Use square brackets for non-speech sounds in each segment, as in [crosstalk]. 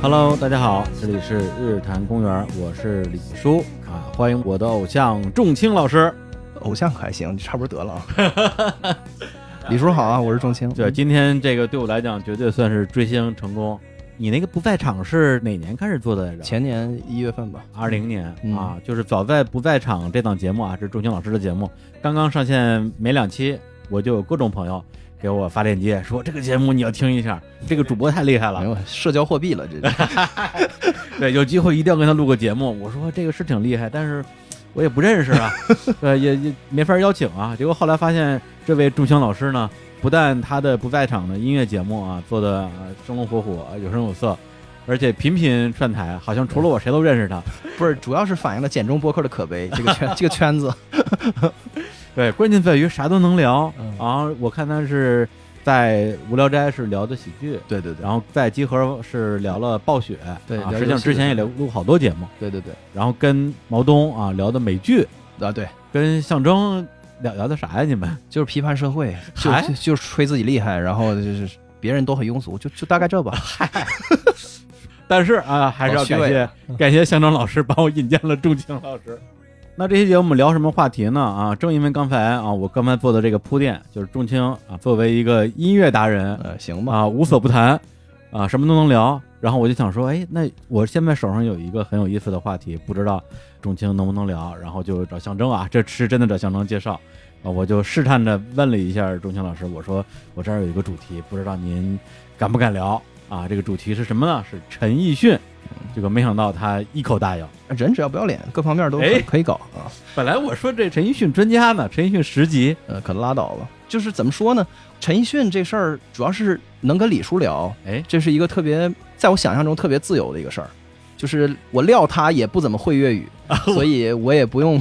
Hello，大家好，这里是日坛公园，我是李叔啊，欢迎我的偶像仲青老师。偶像可还行，差不多得了 [laughs] 啊。李叔好啊，我是仲青。对，今天这个对我来讲绝对算是追星成功。你那个不在场是哪年开始做的来着？前年一月份吧，二零年、嗯啊，就是早在不在场这档节目啊，这是仲青老师的节目，刚刚上线没两期，我就有各种朋友给我发链接，说这个节目你要听一下，这个主播太厉害 [laughs] 没了，有社交货币了， [laughs] 这是 [laughs] 对，有机会一定要跟他录个节目。我说这个是挺厉害，但是我也不认识 [laughs] 啊，呃，也也没法邀请啊。结果后来发现，这位仲青老师呢，不但他的不在场的音乐节目啊做的生龙活虎、呃有声有色，而且频频串台，好像除了我谁都认识他。不是主要是反映了简中播客的可悲，这个 [laughs] 圈这个圈子，对，关键在于啥都能聊嗯啊。我看他是在无聊斋是聊的喜剧。对对对然后在集合是聊了暴雪，对啊聊游戏实际上之前也聊录好多节目，对对对然后跟毛东啊聊的美剧，啊对，跟象征聊聊的啥呀？你们就是批判社会，就嗨就就是吹自己厉害，然后就是别人都很庸俗，就就大概 [laughs] 这吧。但是啊，还是要好虚感伪谢感谢象征老师帮我引荐了仲青老师。那这期节目我们聊什么话题呢？啊，正因为刚才啊，我刚才做的这个铺垫，就是仲青啊，作为一个音乐达人呃，行吧，啊，无所不谈啊，什么都能聊。然后我就想说，哎，那我现在手上有一个很有意思的话题，不知道仲青能不能聊？然后就找象征啊，这是真的找象征介绍啊，我就试探着问了一下仲青老师，我说我这儿有一个主题，不知道您敢不敢聊啊？这个主题是什么呢？是陈奕迅。这个没想到他一口答应。人只要不要脸，各方面都哎可可以搞啊。本来我说这陈奕迅专家呢，陈奕迅十级，呃，可拉倒吧。就是怎么说呢？陈奕迅这事儿主要是能跟李叔聊，哎这是一个特别在我想象中特别自由的一个事儿。就是我料他也不怎么会粤语，啊 [laughs] 所以我也不 [laughs] 用，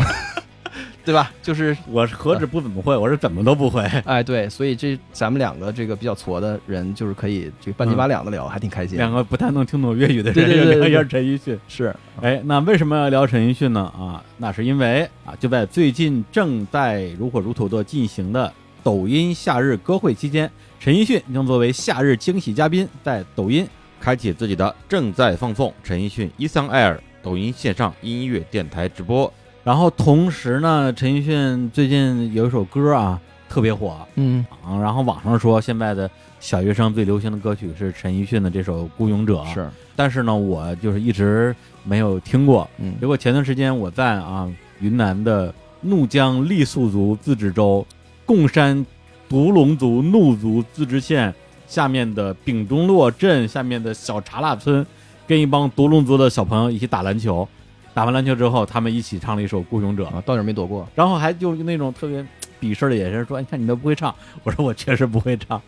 对吧？就是我是何止不怎么会，我是怎么都不会。哎，对，所以这咱们两个这个比较矬的人，就是可以这个半斤八两的聊，还挺开心。两个不太能听懂粤语的对对对人，对聊一下对陈奕迅。是哎，那为什么要聊陈奕迅呢？啊，那是因为啊，就在最近正在如火如荼的进行的抖音夏日歌会期间，陈奕迅将作为夏日惊喜嘉宾，在抖音开启自己的正在放送陈奕迅 e s o n Air 抖音线上音乐电台直播。然后同时呢，陈奕迅最近有一首歌啊特别火嗯，啊，然后网上说现在的小学生最流行的歌曲是陈奕迅的这首《孤勇者》，嗯是，但是呢，我就是一直没有听过，嗯结果前段时间我在啊云南的怒江傈僳族自治州贡山独龙族怒族自治县下面的丙中洛镇下面的小查腊村，跟一帮独龙族的小朋友一起打篮球。打完篮球之后，他们一起唱了一首《孤勇者》，啊，到底儿没躲过。然后还就那种特别鄙视的眼神说：“哎你看你都不会唱。” [laughs] 我说：“我确实不会唱。”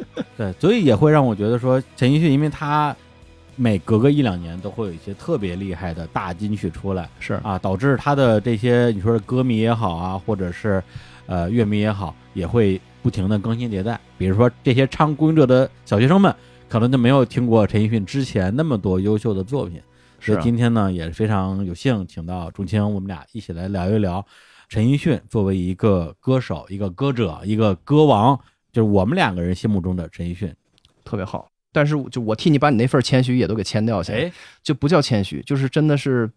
[laughs] 对，所以也会让我觉得说陈奕迅，因为他每隔个一两年都会有一些特别厉害的大金曲出来是啊，导致他的这些你说的歌迷也好啊，或者是呃乐迷也好，也会不停的更新迭代。比如说这些唱《孤勇者》的小学生们，可能就没有听过陈奕迅之前那么多优秀的作品。是所以今天呢，也是啊非常有幸请到钟青，我们俩一起来聊一聊陈奕迅作为一个歌手、一个歌者、一个歌王，就是我们两个人心目中的陈奕迅。特别好。但是我就我替你把你那份谦虚也都给签掉去，哎，就不叫谦虚，就是真的是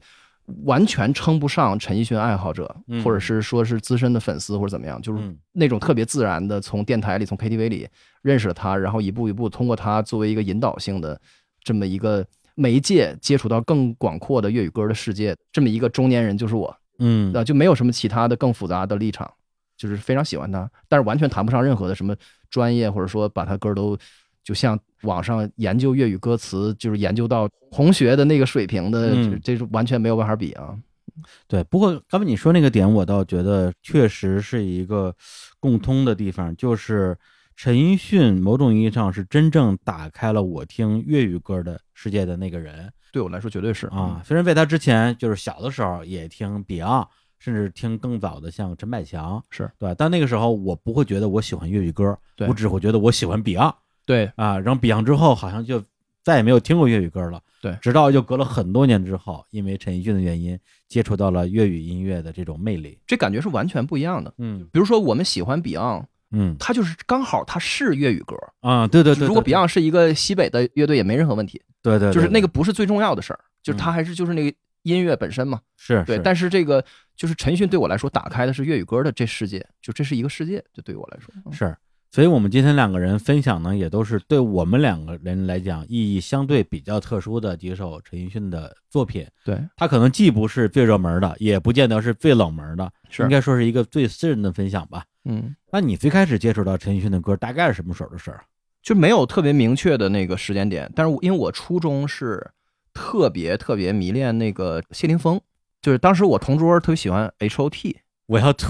完全称不上陈奕迅爱好者，嗯或者是说是资深的粉丝或者怎么样，就是嗯，那种特别自然的从电台里、从 KTV 里认识了他，然后一步一步通过他作为一个引导性的这么一个媒介，接触到更广阔的粤语歌的世界，这么一个中年人就是我，嗯，啊，就没有什么其他的更复杂的立场，就是非常喜欢他，但是完全谈不上任何的什么专业，或者说把他歌都就像网上研究粤语歌词，就是研究到红学的那个水平的，嗯这是完全没有办法比啊。对。不过刚才你说那个点，我倒觉得确实是一个共通的地方，就是陈奕迅某种意义上是真正打开了我听粤语歌的世界的那个人。对我来说，绝对是嗯啊，，虽然在他之前，就是小的时候也听 Beyond，甚至听更早的像陈百强，是对吧？但那个时候我不会觉得我喜欢粤语歌，对我只会觉得我喜欢 Beyond 对啊。然后 Beyond 之后好像就再也没有听过粤语歌了，对直到又隔了很多年之后，因为陈奕迅的原因，接触到了粤语音乐的这种魅力。这感觉是完全不一样的。嗯比如说，我们喜欢 Beyond，嗯他就是刚好他是粤语歌。啊，对对对，如果对 Beyond 是一个西北的乐队，也没任何问题。对对，就是那个个不是最重要的事儿，就是它嗯还是就是那个音乐本身嘛。是对，是但是这个就是陈奕迅对我来说打开的是粤语歌的这世界，就这是一个世界，就对我来说。嗯是，所以我们今天两个人分享呢，也都是对我们两个人来讲意义相对比较特殊的几首陈奕迅的作品。对，他可能既不是最热门的，也不见得是最冷门的，是应该说是一个最私人的分享吧。嗯，那你最开始接触到陈奕迅的歌，大概是什么时候的事儿？啊就没有特别明确的那个时间点，但是我因为我初中是特别特别迷恋那个谢霆锋，就是当时我同桌特别喜欢 H O T，我要 [laughs] 突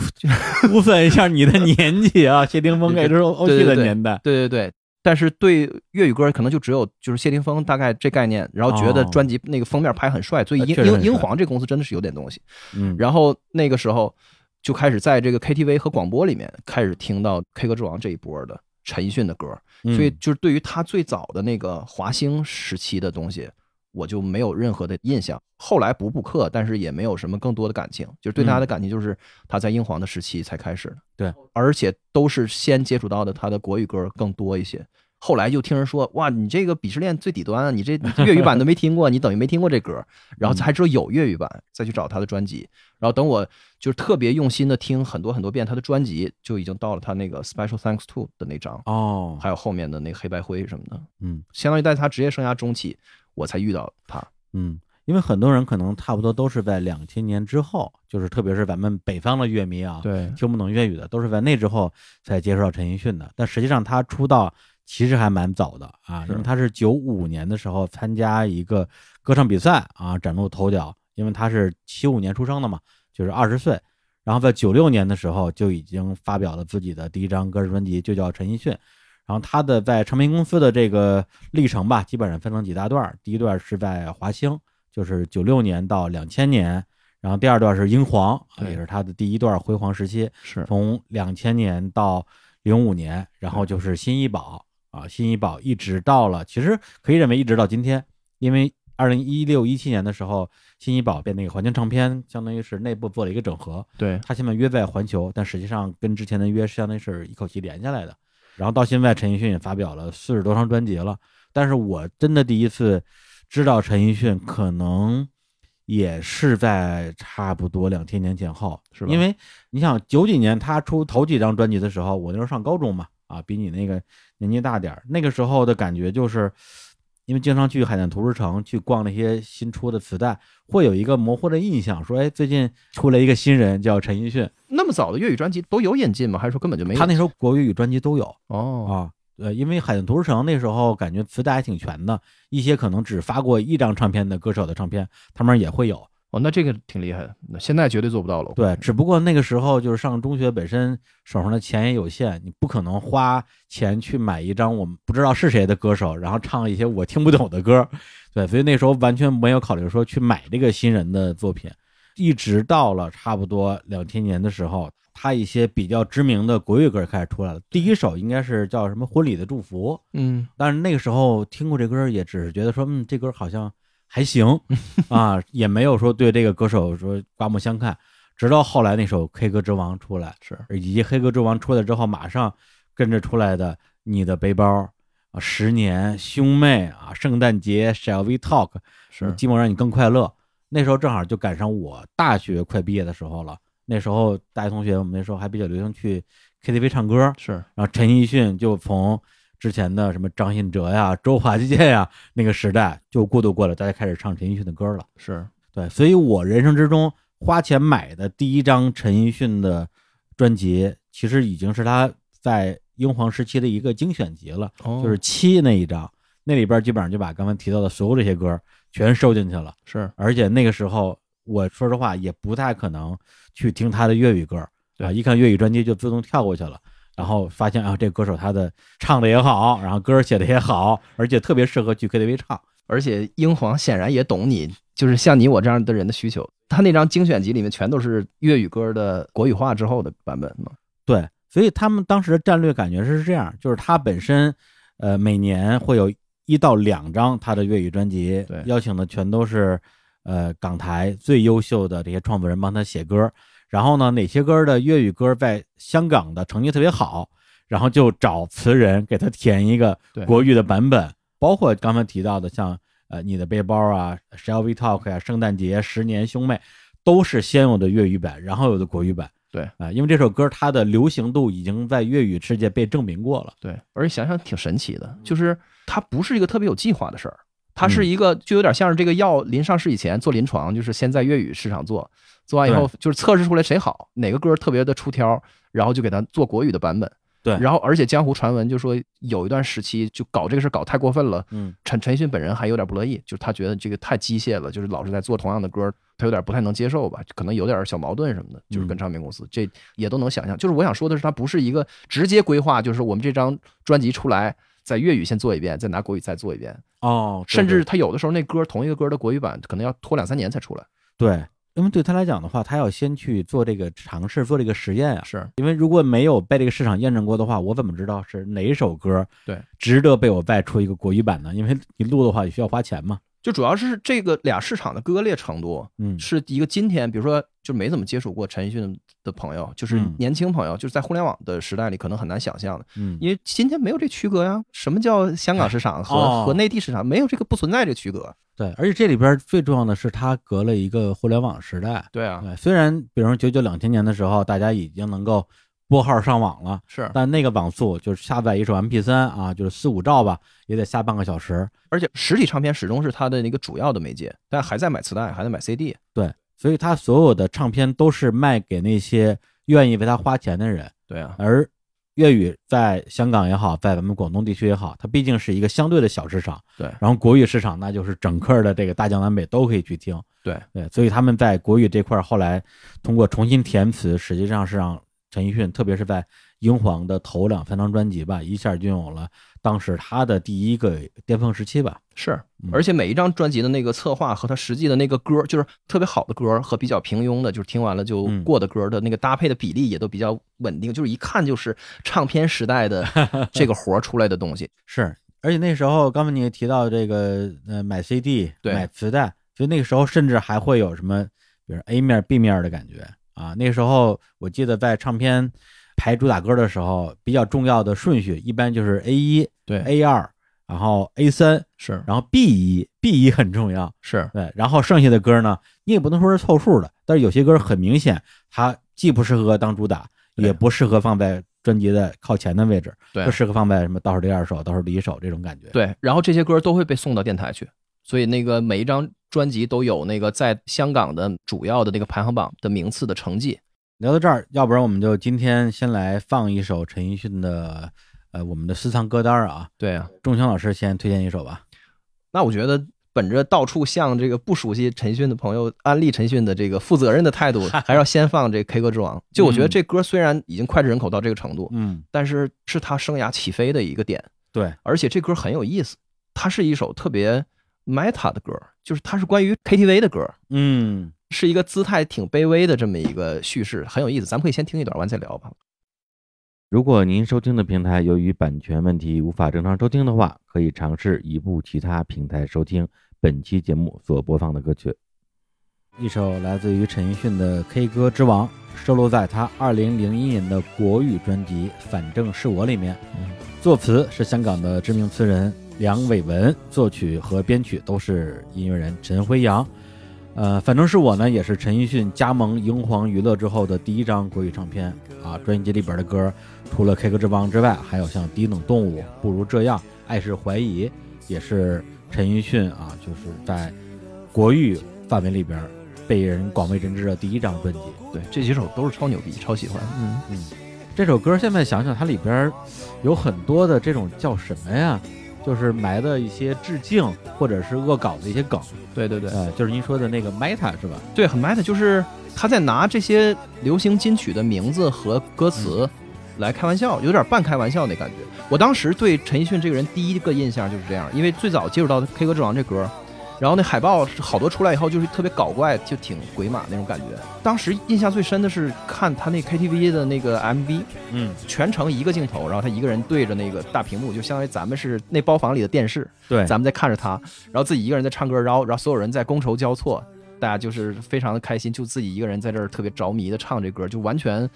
突粉一下你的年纪啊，谢霆锋对那时候 O 对 T 对的对年代，对对对，但是对粤语歌可能就只有就是谢霆锋大概这概念，然后觉得哦专辑那个封面拍很帅，所以呃英确实英很英帅皇这公司真的是有点东西。嗯，然后那个时候就开始在这个 KTV 和广播里面开始听到 K 歌之王这一波的陈奕迅的歌，嗯所以就是对于他最早的那个华星时期的东西。我就没有任何的印象，后来补补课，但是也没有什么更多的感情，就是对他的感情就是他在英皇的时期才开始的。嗯对，而且都是先接触到的他的国语歌更多一些，后来就听人说，哇，你这个鄙视链最底端啊，你 [laughs] 这粤语版都没听过，你等于没听过这歌，然后嗯才知道有粤语版，再去找他的专辑，然后等我就是特别用心的听很多很多遍他的专辑，就已经到了他那个 Special Thanks to 的那张，哦，还有后面的那个黑白灰什么的，嗯相当于在他职业生涯中期，我才遇到他。嗯，因为很多人可能差不多都是在两千年之后，就是特别是咱们北方的乐迷啊，对听不懂粤语的，都是在那之后才接触到陈奕迅的。但实际上他出道其实还蛮早的啊，是因为他是九五年的时候参加一个歌唱比赛啊，崭露头角。因为他是七五年出生的嘛，就是二十岁。然后在九六年的时候就已经发表了自己的第一张个人专辑，就叫陈奕迅。然后他的在唱片公司的这个历程吧，基本上分成几大段儿。第一段是在华星，就是九六年到两千年，然后第二段是英皇，啊对也是他的第一段辉煌时期，是从两千年到零五年，然后就是新一宝啊，新一宝一直到了，其实可以认为一直到今天，因为二零一六一七年的时候，新一宝被那个环球唱片相当于是内部做了一个整合，对他现在约在环球，但实际上跟之前的约相当于是一口气连下来的。然后到现在，陈奕迅也发表了四十多张专辑了。但是我真的第一次知道陈奕迅，可能也是在差不多两千年前后，是吧因为你想九几年他出头几张专辑的时候，我那时候上高中嘛，啊，比你那个年纪大点儿。那个时候的感觉就是，因为经常去海南图书城去逛那些新出的磁带，会有一个模糊的印象，说哎，最近出来一个新人叫陈奕迅，那么早的粤语专辑都有引进吗？还是说根本就没有？他那时候国语与专辑都有哦，啊。呃，因为海南图书城那时候感觉磁带还挺全的，一些可能只发过一张唱片的歌手的唱片，他们也会有。哦，那这个挺厉害的，那现在绝对做不到了。我对，估计只不过那个时候就是上中学，本身手上的钱也有限，你不可能花钱去买一张我们不知道是谁的歌手，然后唱一些我听不懂的歌。对，所以那时候完全没有考虑说去买这个新人的作品，一直到了差不多两千年的时候，他一些比较知名的国乐歌开始出来了。第一首应该是叫什么《婚礼的祝福》，嗯，但是那个时候听过这歌，也只是觉得说，嗯，这歌好像还行啊，也没有说对这个歌手说刮目相看。直到后来那首《黑歌之王》出来，是以及《黑歌之王》出来之后，马上跟着出来的《你的背包》啊，《十年》《兄妹》啊，《圣诞节》Shall We Talk 是寂寞让你更快乐。那时候正好就赶上我大学快毕业的时候了。那时候大学同学，我们那时候还比较流行去 KTV 唱歌，是，然后陈奕迅就从之前的什么张信哲呀、周华健呀那个时代就过渡过来，大家开始唱陈奕迅的歌了。是对，所以我人生之中花钱买的第一张陈奕迅的专辑，其实已经是他在英皇时期的一个精选集了，哦就是七那一张，那里边基本上就把刚才提到的所有这些歌全收进去了。是而且那个时候，我说实话也不太可能去听他的粤语歌啊，对一看粤语专辑就自动跳过去了。然后发现啊，这歌手他的唱的也好，然后歌写的也好，而且特别适合去 KTV 唱。而且英皇显然也懂你，就是像你我这样的人的需求。他那张精选集里面全都是粤语歌的国语化之后的版本嘛。对，所以他们当时的战略感觉是这样，就是他本身，呃，每年会有一到两张他的粤语专辑，对邀请的全都是，呃，港台最优秀的这些创作人帮他写歌。然后呢，哪些歌的粤语歌在香港的成绩特别好，然后就找词人给他填一个对国语的版本，包括刚才提到的像呃你的背包啊、Shall We Talk 呀、圣诞节、十年兄妹，都是先有的粤语版，然后有的国语版。对啊、因为这首歌它的流行度已经在粤语世界被证明过了。对，而且想想挺神奇的，嗯就是它不是一个特别有计划的事儿，它是一个就有点像是这个药临上市以前做临床，就是先在粤语市场做，做完以后就是测试出来谁好，哪个歌特别的出挑，然后就给它做国语的版本。对然后而且江湖传闻就说有一段时期就搞这个事儿搞太过分了，嗯，陈陈奕迅本人还有点不乐意，就是他觉得这个太机械了，就是老是在做同样的歌，他有点不太能接受吧，可能有点小矛盾什么的，就是嗯跟唱片公司，这也都能想象。就是我想说的是，他不是一个直接规划，就是我们这张专辑出来，在粤语先做一遍，再拿国语再做一遍，哦，对甚对至他有的时候那歌同一个歌的国语版可能要拖两三年才出来。对，因为对他来讲的话，他要先去做这个尝试，做这个实验啊。是因为如果没有被这个市场验证过的话，我怎么知道是哪一首歌对值得被我再出一个国语版呢？因为你录的话也需要花钱嘛。就主要是这个俩市场的割裂程度，嗯，是一个今天，比如说就没怎么接触过陈奕迅的朋友，就是嗯年轻朋友，就是在互联网的时代里可能很难想象的，嗯，因为今天没有这区隔呀。什么叫香港市场和、哦和内地市场？没有这个不存在这区隔。对，而且这里边最重要的是，它隔了一个互联网时代。对啊，对，虽然比如说九九两千年的时候，大家已经能够拨号上网了，是，但那个网速就是下载一首 MP 三啊，就是四五兆吧，也得下半个小时。而且实体唱片始终是它的那个主要的媒介，但还在买磁带，还在买 CD。对，所以他所有的唱片都是卖给那些愿意为他花钱的人，对啊，而粤语在香港也好，在咱们广东地区也好，它毕竟是一个相对的小市场。对然后国语市场那就是整个的这个大江南北都可以去听。对对，所以他们在国语这块儿后来通过重新填词，实际上是让陈奕迅，特别是在英皇的头两三张专辑吧，一下就有了当时他的第一个巅峰时期吧。是嗯，而且每一张专辑的那个策划和它实际的那个歌，就是特别好的歌和比较平庸的，就是听完了就嗯过的歌的那个搭配的比例也都比较稳定，就是一看就是唱片时代 [laughs] 的这个活儿出来的东西。是，而且那时候刚才你也提到这个，呃，买 CD，对买磁带，所以那个时候甚至还会有什么，比如 A 面、B 面的感觉啊。那时候我记得在唱片排主打歌的时候，比较重要的顺序一般就是 A 一、对 A 二，然后 A 三，是然后 B 一，B 一很重要。是，对，然后剩下的歌呢，你也不能说是凑数的，但是有些歌很明显，它既不适合当主打，对也不适合放在专辑的靠前的位置，对就适合放在什么倒数第二首、倒数第一首这种感觉。对，然后这些歌都会被送到电台去，所以那个每一张专辑都有那个在香港的主要的那个排行榜的名次的成绩。聊到这儿，要不然我们就今天先来放一首陈奕迅的，呃，我们的私藏歌单儿啊，对啊，仲强老师先推荐一首吧。那我觉得本着到处向这个不熟悉陈奕迅的朋友安利陈奕迅的这个负责任的态 [laughs] 度，还是要先放这《K 歌之王》。就我觉得这歌虽然已经脍炙人口到这个程度，嗯，但是是他生涯起飞的一个点，对，而且这歌很有意思，它是一首特别 meta 的歌，就是它是关于 KTV 的歌。嗯，是一个姿态挺卑微的这么一个叙事，很有意思。咱们可以先听一段，完再聊吧。如果您收听的平台由于版权问题无法正常收听的话，可以尝试移步其他平台收听本期节目所播放的歌曲。一首来自于陈奕迅的《K 歌之王》，收录在他2001年的国语专辑《反正是我》里面。嗯作词是香港的知名词人梁伟文，作曲和编曲都是音乐人陈辉阳。呃，反正是我呢，也是陈奕迅加盟英皇娱乐之后的第一张国语唱片啊。专辑里边的歌，除了《K 歌之王》之外，还有像《低等动物》《不如这样》《爱是怀疑》，也是陈奕迅啊，就是在国语范围里边被人广为人知的第一张专辑。对，这几首都是超牛逼，超喜欢。嗯，这首歌现在想想，它里边儿有很多的这种叫什么呀？就是埋的一些致敬或者是恶搞的一些梗，对对对呃，就是您说的那个 meta 是吧？嗯对，很 meta，就是他在拿这些流行金曲的名字和歌词来开玩笑，有点半开玩笑那感觉。我当时对陈奕迅这个人第一个印象就是这样，因为最早接触到《K 歌之王》这歌。然后那海报是好多出来以后就是特别搞怪，就挺鬼马那种感觉。当时印象最深的是看他那 KTV 的那个 MV，嗯，全程一个镜头，然后他一个人对着那个大屏幕，就相当于咱们是那包房里的电视，对，咱们在看着他，然后自己一个人在唱歌，然后然后所有人在觥筹交错，大家就是非常的开心，就自己一个人在这儿特别着迷的唱这歌，就完全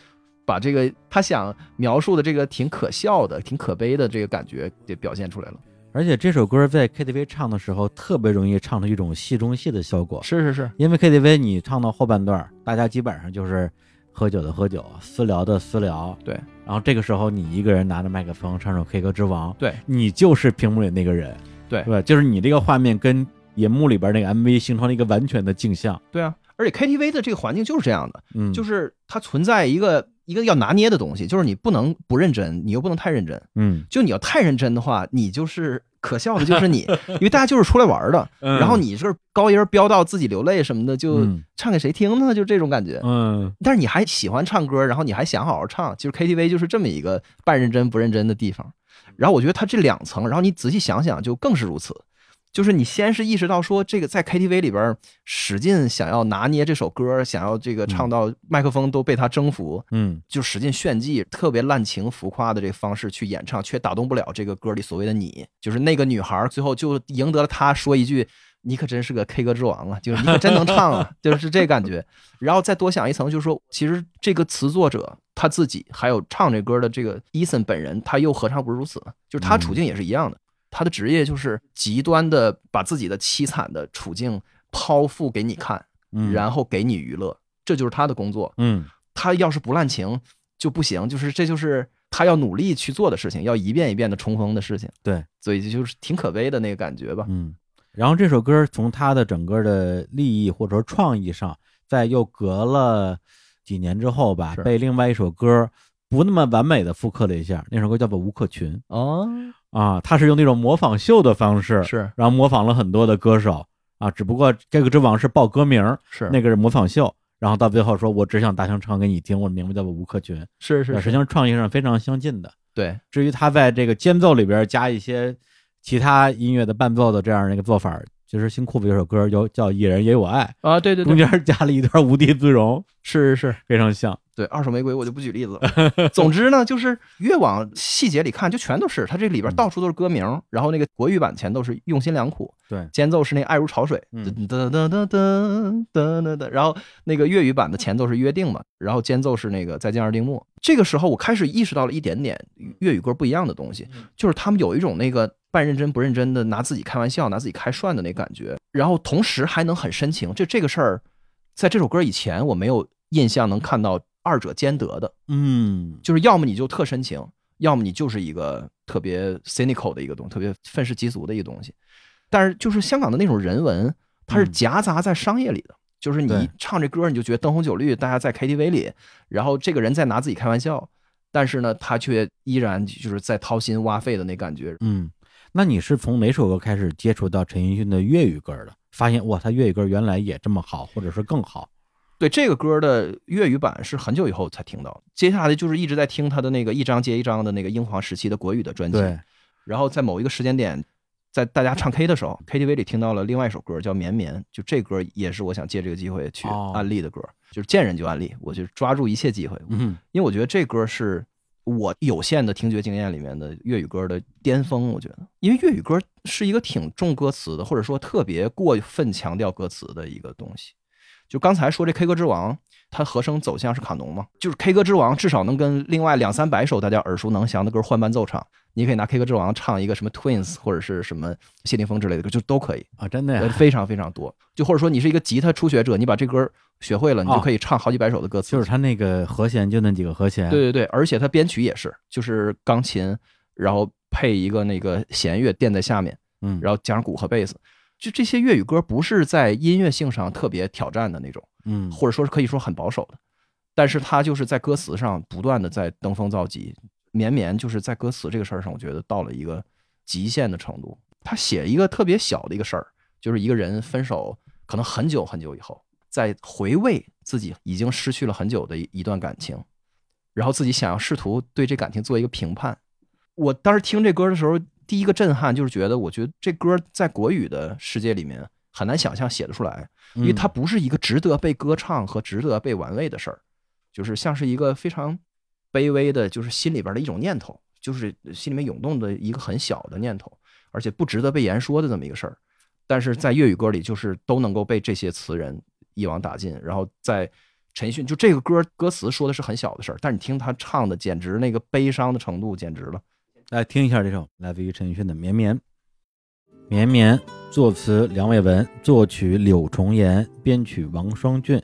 把这个他想描述的这个挺可笑的、挺可悲的这个感觉给表现出来了。而且这首歌在 KTV 唱的时候，特别容易唱出一种戏中戏的效果，是是是，因为 KTV 你唱到后半段儿，大家基本上就是喝酒的喝酒，私聊的私聊。对。然后这个时候你一个人拿着麦克风唱首《K 歌之王》，对，你就是屏幕里那个人，对对吧，就是你这个画面跟银幕里边那个 MV 形成了一个完全的镜像。对啊。而且 KTV 的这个环境就是这样的，嗯，就是是它存在一个一个要拿捏的东西，就是你不能不认真，你又不能太认真。嗯，就你要太认真的话，你就是可笑的，就 [laughs] 是你，因为大家就是出来玩儿的。然后你这高音儿飙到自己流泪什么的，就嗯唱给谁听呢？就这种感觉。嗯但是你还喜欢唱歌，然后你还想好好唱，就是 KTV 就是这么一个半认真不认真的地方。嗯然后我觉得它这两层，然后你仔细想想，就更是如此。就是你先是意识到说，这个在 KTV 里边儿使劲想要拿捏这首歌，想要这个唱到麦克风都被他征服，嗯就使劲炫技，特别滥情浮夸的这个方式去演唱，却打动不了这个歌里所谓的你，就是那个女孩，最后就赢得了她说一句：“你可真是个 K 歌之王啊！”就是你可真能唱啊，就是这感觉。然后再多想一层，就是说，其实这个词作者他自己，还有唱这歌的这个 Eason 本人，他又何尝不是如此呢？就是他处境也是一样的，他的职业就是极端的把自己的凄惨的处境剖腹给你看，嗯，然后给你娱乐，这就是他的工作。嗯他要是不滥情就不行，就是这就是他要努力去做的事情，要一遍一遍的冲锋的事情。对，所以就是挺可悲的那个感觉吧。嗯，然后这首歌从它的整个的立意或者说创意上，在又隔了几年之后吧，是被另外一首歌不那么完美的复刻了一下。那首歌叫做《吴克群哦，》啊，它是用那种模仿秀的方式，是然后模仿了很多的歌手啊，只不过这个之王是报歌名儿，是那个是模仿秀。然后到最后说，我只想大声唱给你听，我的名字叫做吴克群，是啊是实际上创意上非常相近的。对至于他在这个间奏里边加一些其他音乐的伴奏的这样的一个做法，就是新裤子有首歌有叫《野人也有爱啊，对对》，中对，间加了一段无地自容，是是是，非常像。对二手玫瑰我就不举例 [laughs] 子了。总之呢，就是越往细节里看，就全都是他这嗯里边到处都是歌名，然后那个国语版前都是用心良苦，对间奏是那爱如潮水，嗯噔噔噔噔噔噔噔噔，然后那个粤语版的前奏是约定嘛，然后间奏是那个再见二丁目。这个时候我开始意识到了一点点粤语歌不一样的东西，就是他们有一种那个半认真不认真的拿自己开玩笑、拿自己开涮的那感觉，然后同时还能很深情。这这个事儿，在这首歌以前我没有印象能看到二者兼得的，嗯就是要么你就特深情，要么你就是一个特别 cynical 的一个东西，特别愤世嫉俗的一个东西。但是就是香港的那种人文，它是嗯夹杂在商业里的。就是你对一唱这歌，你就觉得灯红酒绿，大家在 KTV 里，然后这个人在拿自己开玩笑，但是呢，他却依然就是在掏心挖肺的那感觉。嗯，那你是从哪首歌开始接触到陈奕迅的粤语歌的？发现哇，他粤语歌原来也这么好，或者是更好。对这个歌的粤语版是很久以后才听到的，接下来就是一直在听他的那个一张接一张的那个英皇时期的国语的专辑。对，然后在某一个时间点，在大家唱 K 的时候，KTV 里听到了另外一首歌叫《绵绵》，就这歌也是我想借这个机会去哦安利的歌，就是见人就安利，我就抓住一切机会，嗯因为我觉得这歌是我有限的听觉经验里面的粤语歌的巅峰。我觉得，因为粤语歌是一个挺重歌词的，或者说特别过分强调歌词的一个东西。就刚才说这 K 歌之王，它和声走向是卡农嘛，就是 K 歌之王至少能跟另外两三百首大家耳熟能详的歌换伴奏唱。你可以拿 K 歌之王唱一个什么 Twins 或者是什么谢霆锋之类的歌，就都可以。啊，真的呃呀，非常非常多，就或者说你是一个吉他初学者，你把这歌学会了，你就哦可以唱好几百首的歌词。就是他那个和弦就那几个和弦。对对对，而且它编曲也是，就是钢琴，然后配一个那个弦乐垫在下面，嗯，然后加上鼓和贝斯。就这些粤语歌不是在音乐性上特别挑战的那种，嗯或者说是可以说很保守的，但是它就是在歌词上不断的在登峰造极。绵绵就是在歌词这个事儿上，我觉得到了一个极限的程度。他写一个特别小的一个事儿，就是一个人分手，可能很久很久以后，在回味自己已经失去了很久的一一段感情，然后自己想要试图对这感情做一个评判。我当时听这歌的时候，第一个震撼就是觉得，我觉得这歌在国语的世界里面很难想象写得出来，因为它不是一个值得被歌唱和值得被玩味的事儿，就是像是一个非常卑微的，就是心里边的一种念头，就是心里面涌动的一个很小的念头，而且不值得被言说的这么一个事儿。但是在粤语歌里，就是都能够被这些词人一网打尽。然后在陈奕迅，就这个歌歌词说的是很小的事儿，但你听他唱的，简直那个悲伤的程度，简直了。来听一下这首来自于陈奕迅的《绵绵》。绵绵》，作词梁伟文，作曲柳重言，编曲王双俊，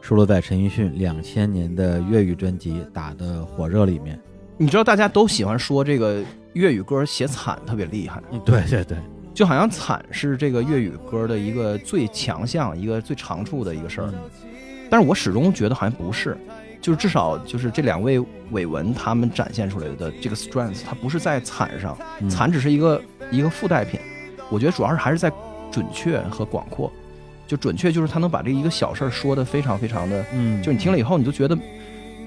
收录在陈奕迅两千年的粤语专辑《打得火热》里面。你知道大家都喜欢说这个粤语歌写惨特别厉害，嗯，对对对，就好像惨是这个粤语歌的一个最强项、一个最长处的一个事儿。但是我始终觉得好像不是，就是至少就是这两位伟文他们展现出来的这个 strength，它不是在惨上，嗯惨只是一个一个附带品。我觉得主要是还是在准确和广阔，就准确就是他能把这一个小事儿说的非常非常的，嗯，就是你听了以后你就觉得，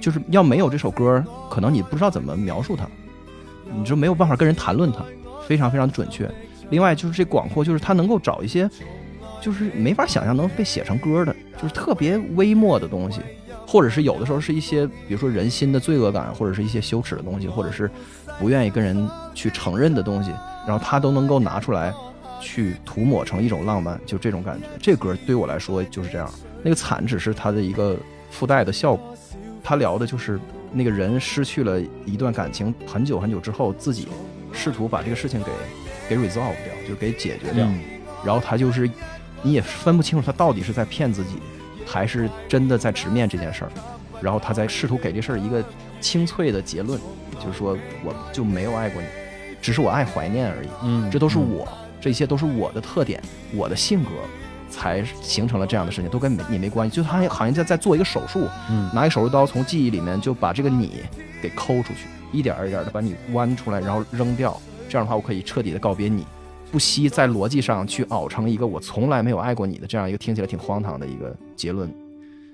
就是要没有这首歌，可能你不知道怎么描述它，你就没有办法跟人谈论它，非常非常准确。另外就是这广阔，就是他能够找一些，就是没法想象能被写成歌的，就是特别微末的东西，或者是有的时候是一些，比如说人心的罪恶感，或者是一些羞耻的东西，或者是不愿意跟人去承认的东西，然后他都能够拿出来去涂抹成一种浪漫，就这种感觉。这歌对我来说就是这样，那个惨只是它的一个附带的效果，他聊的就是那个人失去了一段感情很久很久之后，自己试图把这个事情给给 resolve 掉，就给解决掉。嗯然后他就是你也分不清楚他到底是在骗自己，还是真的在直面这件事儿，然后他在试图给这事儿一个清脆的结论，就是说我就没有爱过你，只是我爱怀念而已，嗯，这都是我，这些都是我的特点，我的性格。才形成了这样的事情，都跟没你没关系。就他好像在在做一个手术，嗯，拿一手术刀从记忆里面就把这个你给抠出去，一点儿一点的把你剜出来，然后扔掉。这样的话，我可以彻底的告别你，不惜在逻辑上去熬成一个我从来没有爱过你的这样一个听起来挺荒唐的一个结论。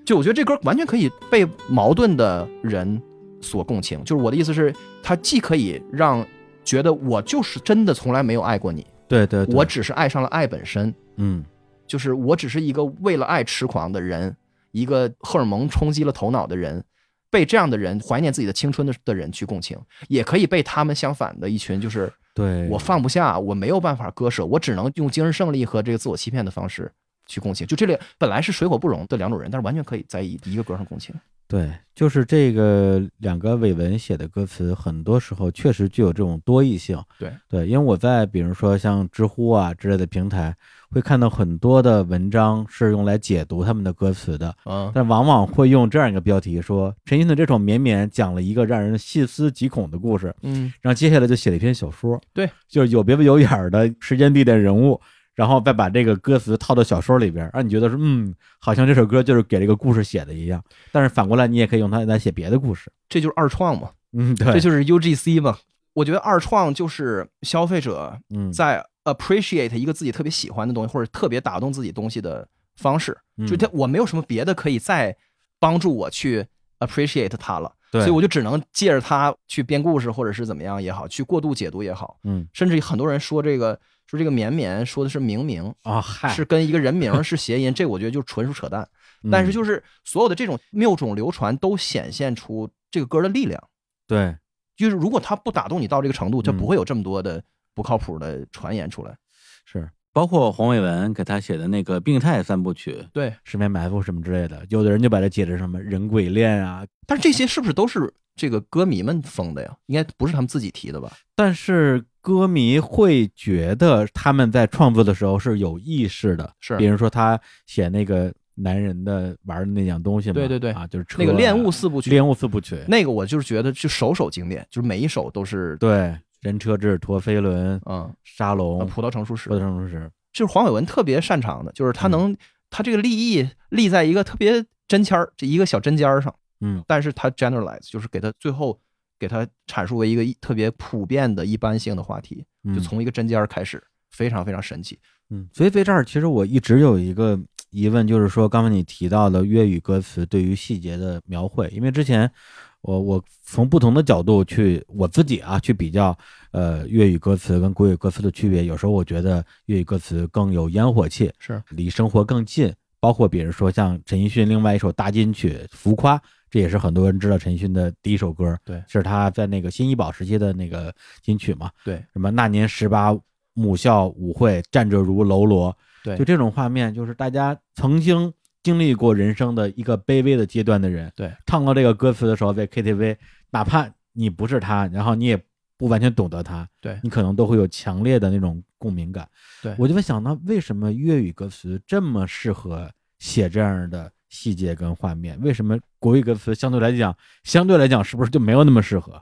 就我觉得这歌完全可以被矛盾的人所共情。就是我的意思是，它既可以让觉得我就是真的从来没有爱过你，对对，对我只是爱上了爱本身，嗯就是我只是一个为了爱痴狂的人，一个荷尔蒙冲击了头脑的人，被这样的人怀念自己的青春的的人去共情，也可以被他们相反的一群，就是对，我放不下，我没有办法割舍，我只能用精神胜利和这个自我欺骗的方式去共情。就这两本来是水火不容的两种人，但是完全可以在一一个歌上共情。对，就是这个两个伟文写的歌词，很多时候确实具有这种多义性。对对，因为我在比如说像知乎啊之类的平台，会看到很多的文章是用来解读他们的歌词的，嗯，但往往会用这样一个标题说：“陈奕迅的这首《绵绵》讲了一个让人细思极恐的故事。”嗯，然后接下来就写了一篇小说，对，就是有别不有眼儿的时间、地点、人物，然后再把这个歌词套到小说里边儿，让你觉得说，嗯，好像这首歌就是给这个故事写的一样。但是反过来，你也可以用它来写别的故事。这就是二创嘛，嗯，对，这就是 UGC 嘛。我觉得二创就是消费者嗯，在 appreciate 一个自己特别喜欢的东西，或者特别打动自己东西的方式。嗯就它，我没有什么别的可以再帮助我去 appreciate 它了，对所以我就只能借着它去编故事，或者是怎么样也好，去过度解读也好。嗯甚至很多人说这个说这个绵绵说的是明明，啊，嗨，是跟一个人名儿是谐音，这我觉得就纯属扯淡。嗯，但是就是所有的这种谬种流传，都显现出这个歌的力量。对，就是如果它不打动你到这个程度，它嗯不会有这么多的不靠谱的传言出来。是包括黄伟文给他写的那个《病态三部曲》，对，十面埋伏什么之类的，有的人就把它解释什么人鬼恋啊。但是这些是不是都是这个歌迷们封的呀？应该不是他们自己提的吧？但是歌迷会觉得他们在创作的时候是有意识的，是比如说他写那个男人的玩的那样东西嘛，对对对啊，就是车那个啊恋物四部曲，恋物四部曲，那个我就是觉得就首首经典，就是每一首都是对人车志、陀飞轮、嗯，沙龙、葡萄成熟时葡，萄成熟时，就是黄伟文特别擅长的，就是他能、嗯他这个立意立在一个特别针尖儿这一个小针尖儿上，嗯，但是他 generalize 就是给他最后给他阐述为一个一特别普遍的一般性的话题，嗯就从一个针尖儿开始，非常非常神奇。嗯，所以在这儿其实我一直有一个疑问，就是说刚才你提到的粤语歌词对于细节的描绘，因为之前我我从不同的角度去我自己啊去比较，呃，粤语歌词跟国语歌词的区别，有时候我觉得粤语歌词更有烟火气，是离生活更近。包括比如说像陈奕迅另外一首大金曲《浮夸》，这也是很多人知道陈奕迅的第一首歌，对是他在那个新医保时期的那个金曲嘛。对，什么那年十八母校舞会，站着如喽啰，对就这种画面，就是大家曾经经历过人生的一个卑微的阶段的人，对，唱到这个歌词的时候，在 KTV，哪怕你不是他，然后你也不完全懂得它，对你可能都会有强烈的那种共鸣感。对我就会想，那为什么粤语歌词这么适合写这样的细节跟画面？为什么国语歌词相对来讲，相对来讲是不是就没有那么适合？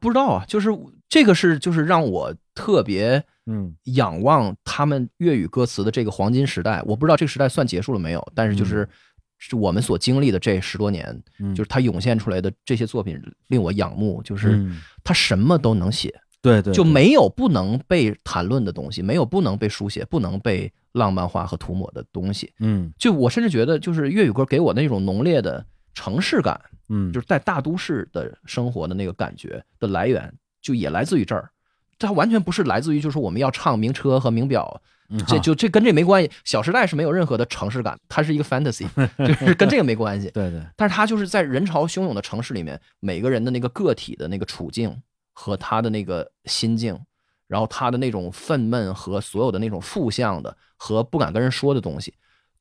不知道啊，就是这个是就是让我特别嗯仰望他们粤语歌词的这个黄金时代。我不知道这个时代算结束了没有，但是就是是我们所经历的这十多年，嗯，就是它涌现出来的这些作品令我仰慕，就是嗯它什么都能写，对对，就对没有不能被谈论的东西，没有不能被书写、不能被浪漫化和涂抹的东西。嗯就我甚至觉得，就是粤语歌给我那种浓烈的城市感，嗯，就是是在大都市的生活的那个感觉的来源，就也来自于这儿。它完全不是来自于，就是我们要唱名车和名表，嗯这就这跟这没关系。《小时代》是没有任何的城市感，它是一个 fantasy，就是跟这个没关系。对对，但是它就是在人潮汹涌的城市里面，每个人的那个个体的那个处境和他的那个心境，然后他的那种愤懑和所有的那种负向的和不敢跟人说的东西，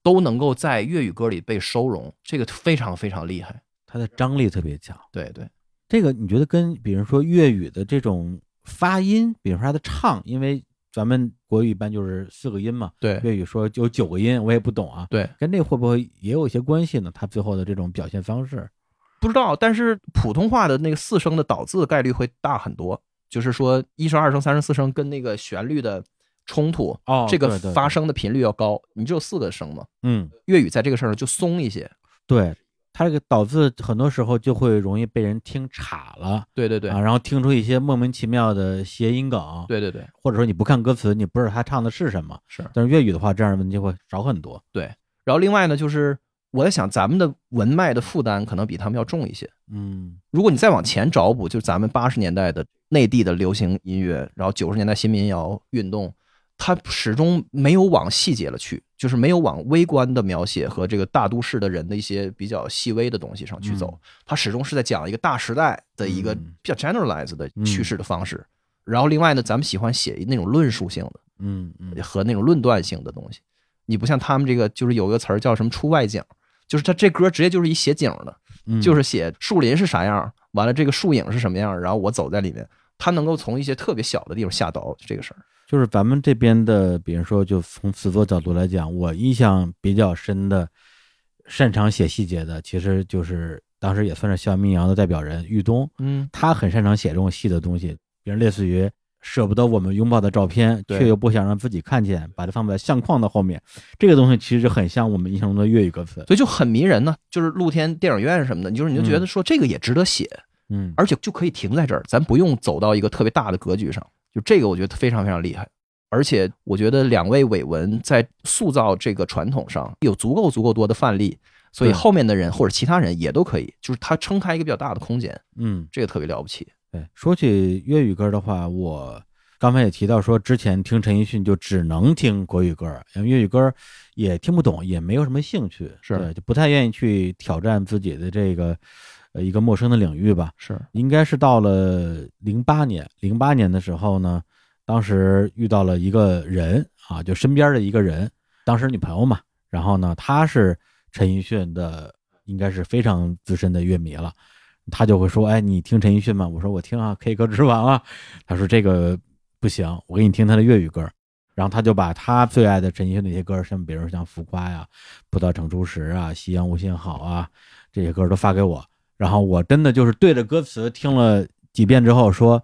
都能够在粤语歌里被收容，这个非常非常厉害。它的张力特别强。对对。这个你觉得跟比如说粤语的这种发音，比如说它的唱，因为咱们国语一般就是四个音嘛，对粤语说有九个音，我也不懂啊，对，跟这会不会也有一些关系呢？它最后的这种表现方式，不知道，但是普通话的那个四声的倒字概率会大很多，就是说一声、二声、三声、四声跟那个旋律的冲突，哦这对个对发对声的频率要高。你只有四个声嘛，嗯，粤语在这个事儿上就松一些。对，它这个导字很多时候就会容易被人听岔了。对对对，啊，然后听出一些莫名其妙的谐音梗，，对对对，或者说你不看歌词，你不知道他唱的是什么。是。但是粤语的话，这样的问题会少很多。然后另外呢，就是我在想，咱们的文脉的负担可能比他们要重一些。嗯如果你再往前找补，就是咱们八十年代的内地的流行音乐，然后九十年代新民谣运动，它始终没有往细节了去，就是没有往微观的描写和这个大都市的人的一些比较细微的东西上去走，它始终是在讲一个大时代的一个嗯比较 generalized 的嗯叙事的方式。然后另外呢，咱们喜欢写那种论述性的嗯嗯，和那种论断性的东西，你不像他们这个就是有一个词儿叫什么出外景，就是他这歌直接就是一写景的。嗯就是写树林是啥样，完了这个树影是什么样，然后我走在里面，他能够从一些特别小的地方下刀这个事儿。就是咱们这边的，比如说，就从词作角度来讲，我印象比较深的，擅长写细节的，其实就是当时也算是校园民谣的代表人玉东，嗯，他很擅长写这种细的东西，比如类似于舍不得我们拥抱的照片，对却又不想让自己看见，把它放在相框的后面，这个东西其实就很像我们印象中的粤语歌词。所以就很迷人呢、就是露天电影院什么的，你就是你就觉得说这个也值得写，嗯，而且就可以停在这儿，咱不用走到一个特别大的格局上。就这个，我觉得非常非常厉害。而且我觉得两位伟文在塑造这个传统上有足够足够多的范例，所以对后面的人或者其他人也都可以，就是他撑开一个比较大的空间，嗯，这个特别了不起。对，说起粤语歌的话，我刚才也提到说，之前听陈奕迅就只能听国语歌，因为粤语歌也听不懂，也没有什么兴趣，是对就不太愿意去挑战自己的这个呃一个陌生的领域吧。是，应该是到了零八年，零八年的时候呢，当时遇到了一个人啊，就身边的一个人，当时女朋友嘛，然后呢，她是陈奕迅的，应该是非常资深的乐迷了，他就会说，哎，你听陈奕迅吗？我说我听啊，K 歌之王啊，他说这个不行，我给你听他的粤语歌。然后他就把他最爱的陈奕迅那些歌，像比如像《浮夸》呀、《葡萄成熟时》啊、《夕阳无限好》啊，这些歌都发给我。然后我真的就是对着歌词听了几遍之后说，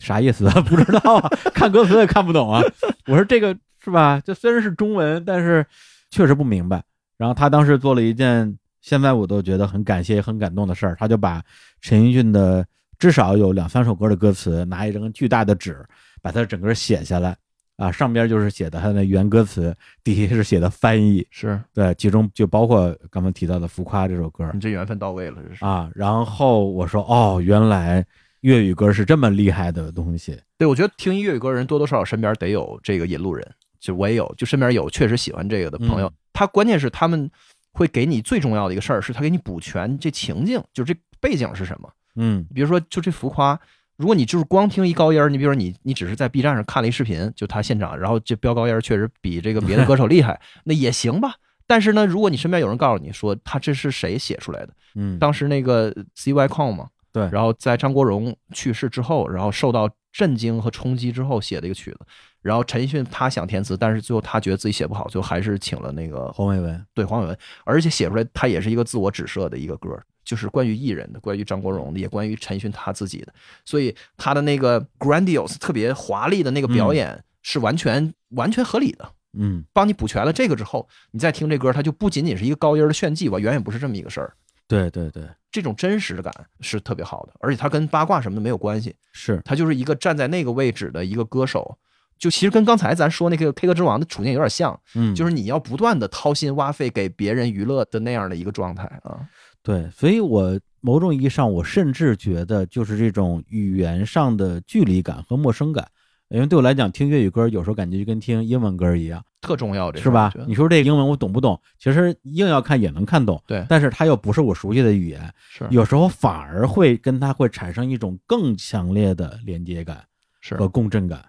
啥意思啊？ [laughs] 不知道啊，看歌词也看不懂啊。我说这个是吧？这虽然是中文，但是确实不明白。然后他当时做了一件现在我都觉得很感谢、很感动的事儿，他就把陈奕迅的至少有两三首歌的歌词，拿一张巨大的纸把它整个写下来。啊，上边就是写的他的原歌词，底下是写的翻译，是对，其中就包括刚刚提到的《浮夸》这首歌，你这缘分到位了，这是。啊，然后我说哦，原来粤语歌是这么厉害的东西，对，我觉得听粤语歌的人多多少少身边得有这个引路人，就我也有，就身边有确实喜欢这个的朋友。嗯他关键是他们会给你最重要的一个事儿，是他给你补全这情境，就是这背景是什么。嗯比如说，就这浮夸，如果你就是光听一高音儿，你比如说你你只是在 B 站上看了一视频，就他现场，然后这飙高音儿确实比这个别的歌手厉害， [laughs] 那也行吧。但是呢，如果你身边有人告诉你说他这是谁写出来的，嗯，当时那个 CY 矿嘛，对然后在张国荣去世之后，然后受到震惊和冲击之后写的一个曲子。然后陈奕迅他想填词，但是最后他觉得自己写不好，最后还是请了那个黄伟文，对黄伟文，而且写出来他也是一个自我指涉的一个歌，就是关于艺人的，关于张国荣的，也关于陈奕迅他自己的。所以他的那个 grandiose 特别华丽的那个表演是完全、完全合理的。嗯，帮你补全了这个之后，你再听这歌，它就不仅仅是一个高音儿的炫技吧，远远不是这么一个事儿。对对对，这种真实感是特别好的，而且它跟八卦什么的没有关系，是它就是一个站在那个位置的一个歌手，就其实跟刚才咱说那个 K 歌之王的处境有点像，嗯，就是你要不断的掏心挖肺给别人娱乐的那样的一个状态啊。对，所以我某种意义上，我甚至觉得就是这种语言上的距离感和陌生感，因为对我来讲，听粤语歌有时候感觉就跟听英文歌一样，特重要，这事是儿吧我觉？得你说这个英文我懂不懂？其实硬要看也能看懂，对但是它又不是我熟悉的语言，是有时候反而会跟它会产生一种更强烈的连接感是和共振感。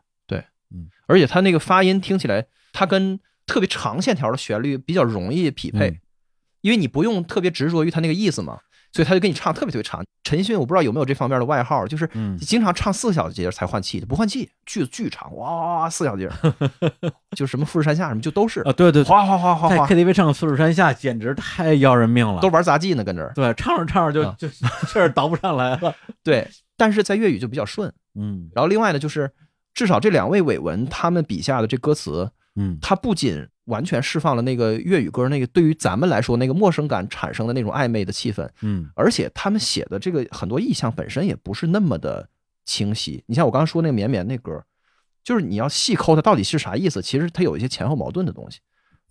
而且它那个发音听起来，它跟特别长线条的旋律比较容易匹配，嗯因为你不用特别执着于它那个意思嘛，所以他就给你唱特别特别长。陈奕迅我不知道有没有这方面的外号，就是嗯经常唱四个小节才换气的，不换气，句子巨长，哇哇哇四小节， [laughs] 就是什么富士山下什么就都是啊，，对对，对哗哗哗哗在哗， KTV 唱《富士山下》简直太要人命了都。玩杂技呢，跟这儿。对，唱着唱着啊就就 [laughs] 这儿倒不上来 [laughs] 了。对，但是在粤语就比较顺。嗯然后另外呢，就是至少这两位伟文他们笔下的这歌词，嗯，它不仅完全释放了那个粤语歌那个对于咱们来说那个陌生感产生的那种暧昧的气氛，嗯，而且他们写的这个很多意象本身也不是那么的清晰。你像我刚刚说那个绵绵那歌，就是你要细抠它到底是啥意思，其实它有一些前后矛盾的东西，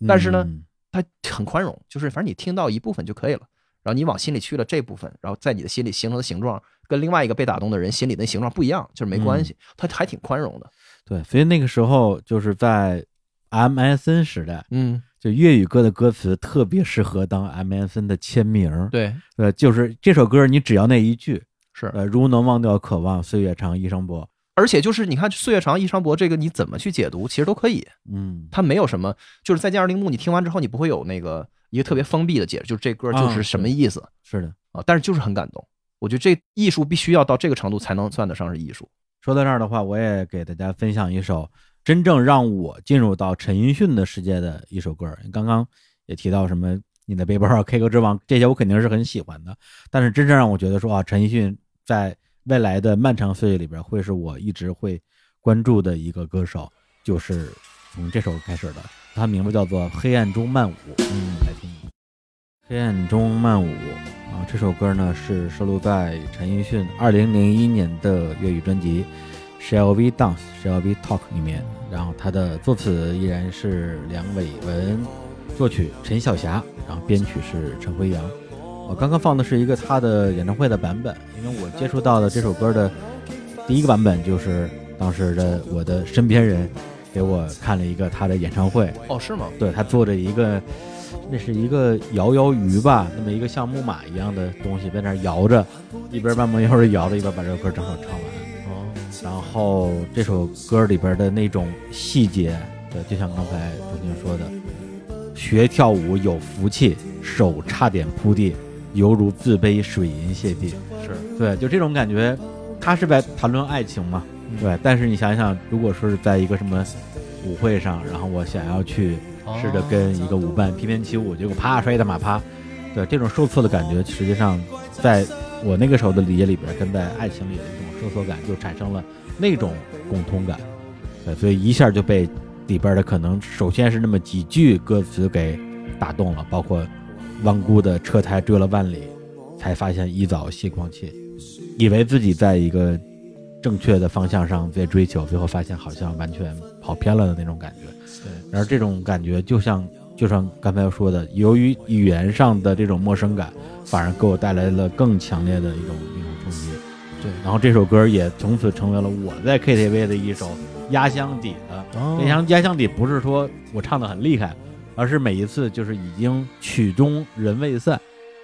但是呢嗯它很宽容，就是反正你听到一部分就可以了。然后你往心里去了这部分，然后在你的心里形成的形状跟另外一个被打动的人心里的形状不一样，就是没关系，它还挺宽容的。对，所以那个时候就是在 MSN 时代，嗯，就粤语歌的歌词特别适合当 MSN 的签名儿。对，呃，就是这首歌你只要那一句，是呃，如能忘掉渴望，岁月长，一生薄。而且就是你看“岁月长，忆伤薄”这个你怎么去解读，其实都可以。嗯，它没有什么，就是再见二丁目，你听完之后你不会有那个一个特别封闭的解释，就是这歌就是什么意思是的。啊但是就是很感动。我觉得这艺术必须要到这个程度才能算得上是艺术。说到这儿的话，我也给大家分享一首真正让我进入到陈奕迅的世界的一首歌。刚刚也提到什么你的背包啊、K 歌之王这些，我肯定是很喜欢的。但是真正让我觉得说啊，陈奕迅在未来的漫长岁月里边，会是我一直会关注的一个歌手，就是从这首开始的。它名字叫做《黑暗中漫舞》，嗯，来听一听《黑暗中漫舞》啊，这首歌呢是收录在陈奕迅2001年的粤语专辑《Shall We Dance Shall We Talk》里面，然后他的作词依然是梁伟文，作曲陈晓霞，然后编曲是陈辉阳。我刚刚放的是一个他的演唱会的版本，因为我接触到的这首歌的第一个版本就是当时的我的身边人给我看了一个他的演唱会，哦，是吗？对他做着一个，那是一个摇摇鱼吧，那么一个像木马一样的东西在那儿摇着，一边慢慢悠悠地摇着，一边把这首歌正好唱完。哦，然后这首歌里边的那种细节，对，就像刚才钟情说的，学跳舞有福气，手差点扑地，犹如自卑水银泻地。是对，就这种感觉，他是在谈论爱情嘛？对，但是你想想，如果说是在一个什么舞会上，然后我想要去试着跟一个舞伴翩翩起舞，结果啪摔一大马趴，对，这种受挫的感觉，实际上在我那个时候的理解里边，跟在爱情里的一种受挫感就产生了那种共通感，对，所以一下就被里边的可能首先是那么几句歌词给打动了，包括汪姑的车胎追了万里，才发现一早西光气，以为自己在一个正确的方向上在追求，最后发现好像完全跑偏了的那种感觉。对，然后这种感觉就像就像刚才说的，由于语言上的这种陌生感，反而给我带来了更强烈的一种一种冲击。对然后这首歌也从此成为了我在 KTV 的一首压箱底的。哦压箱压箱底不是说我唱的很厉害，而是每一次就是已经曲终人未散，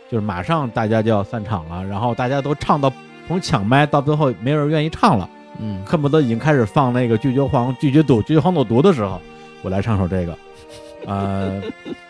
就是马上大家就要散场了，然后大家都唱到从抢麦到最后没有人愿意唱了，嗯， [laughs] 恨不得已经开始放那个拒绝黄拒绝赌拒绝黄赌毒的时候，我来唱首这个。呃，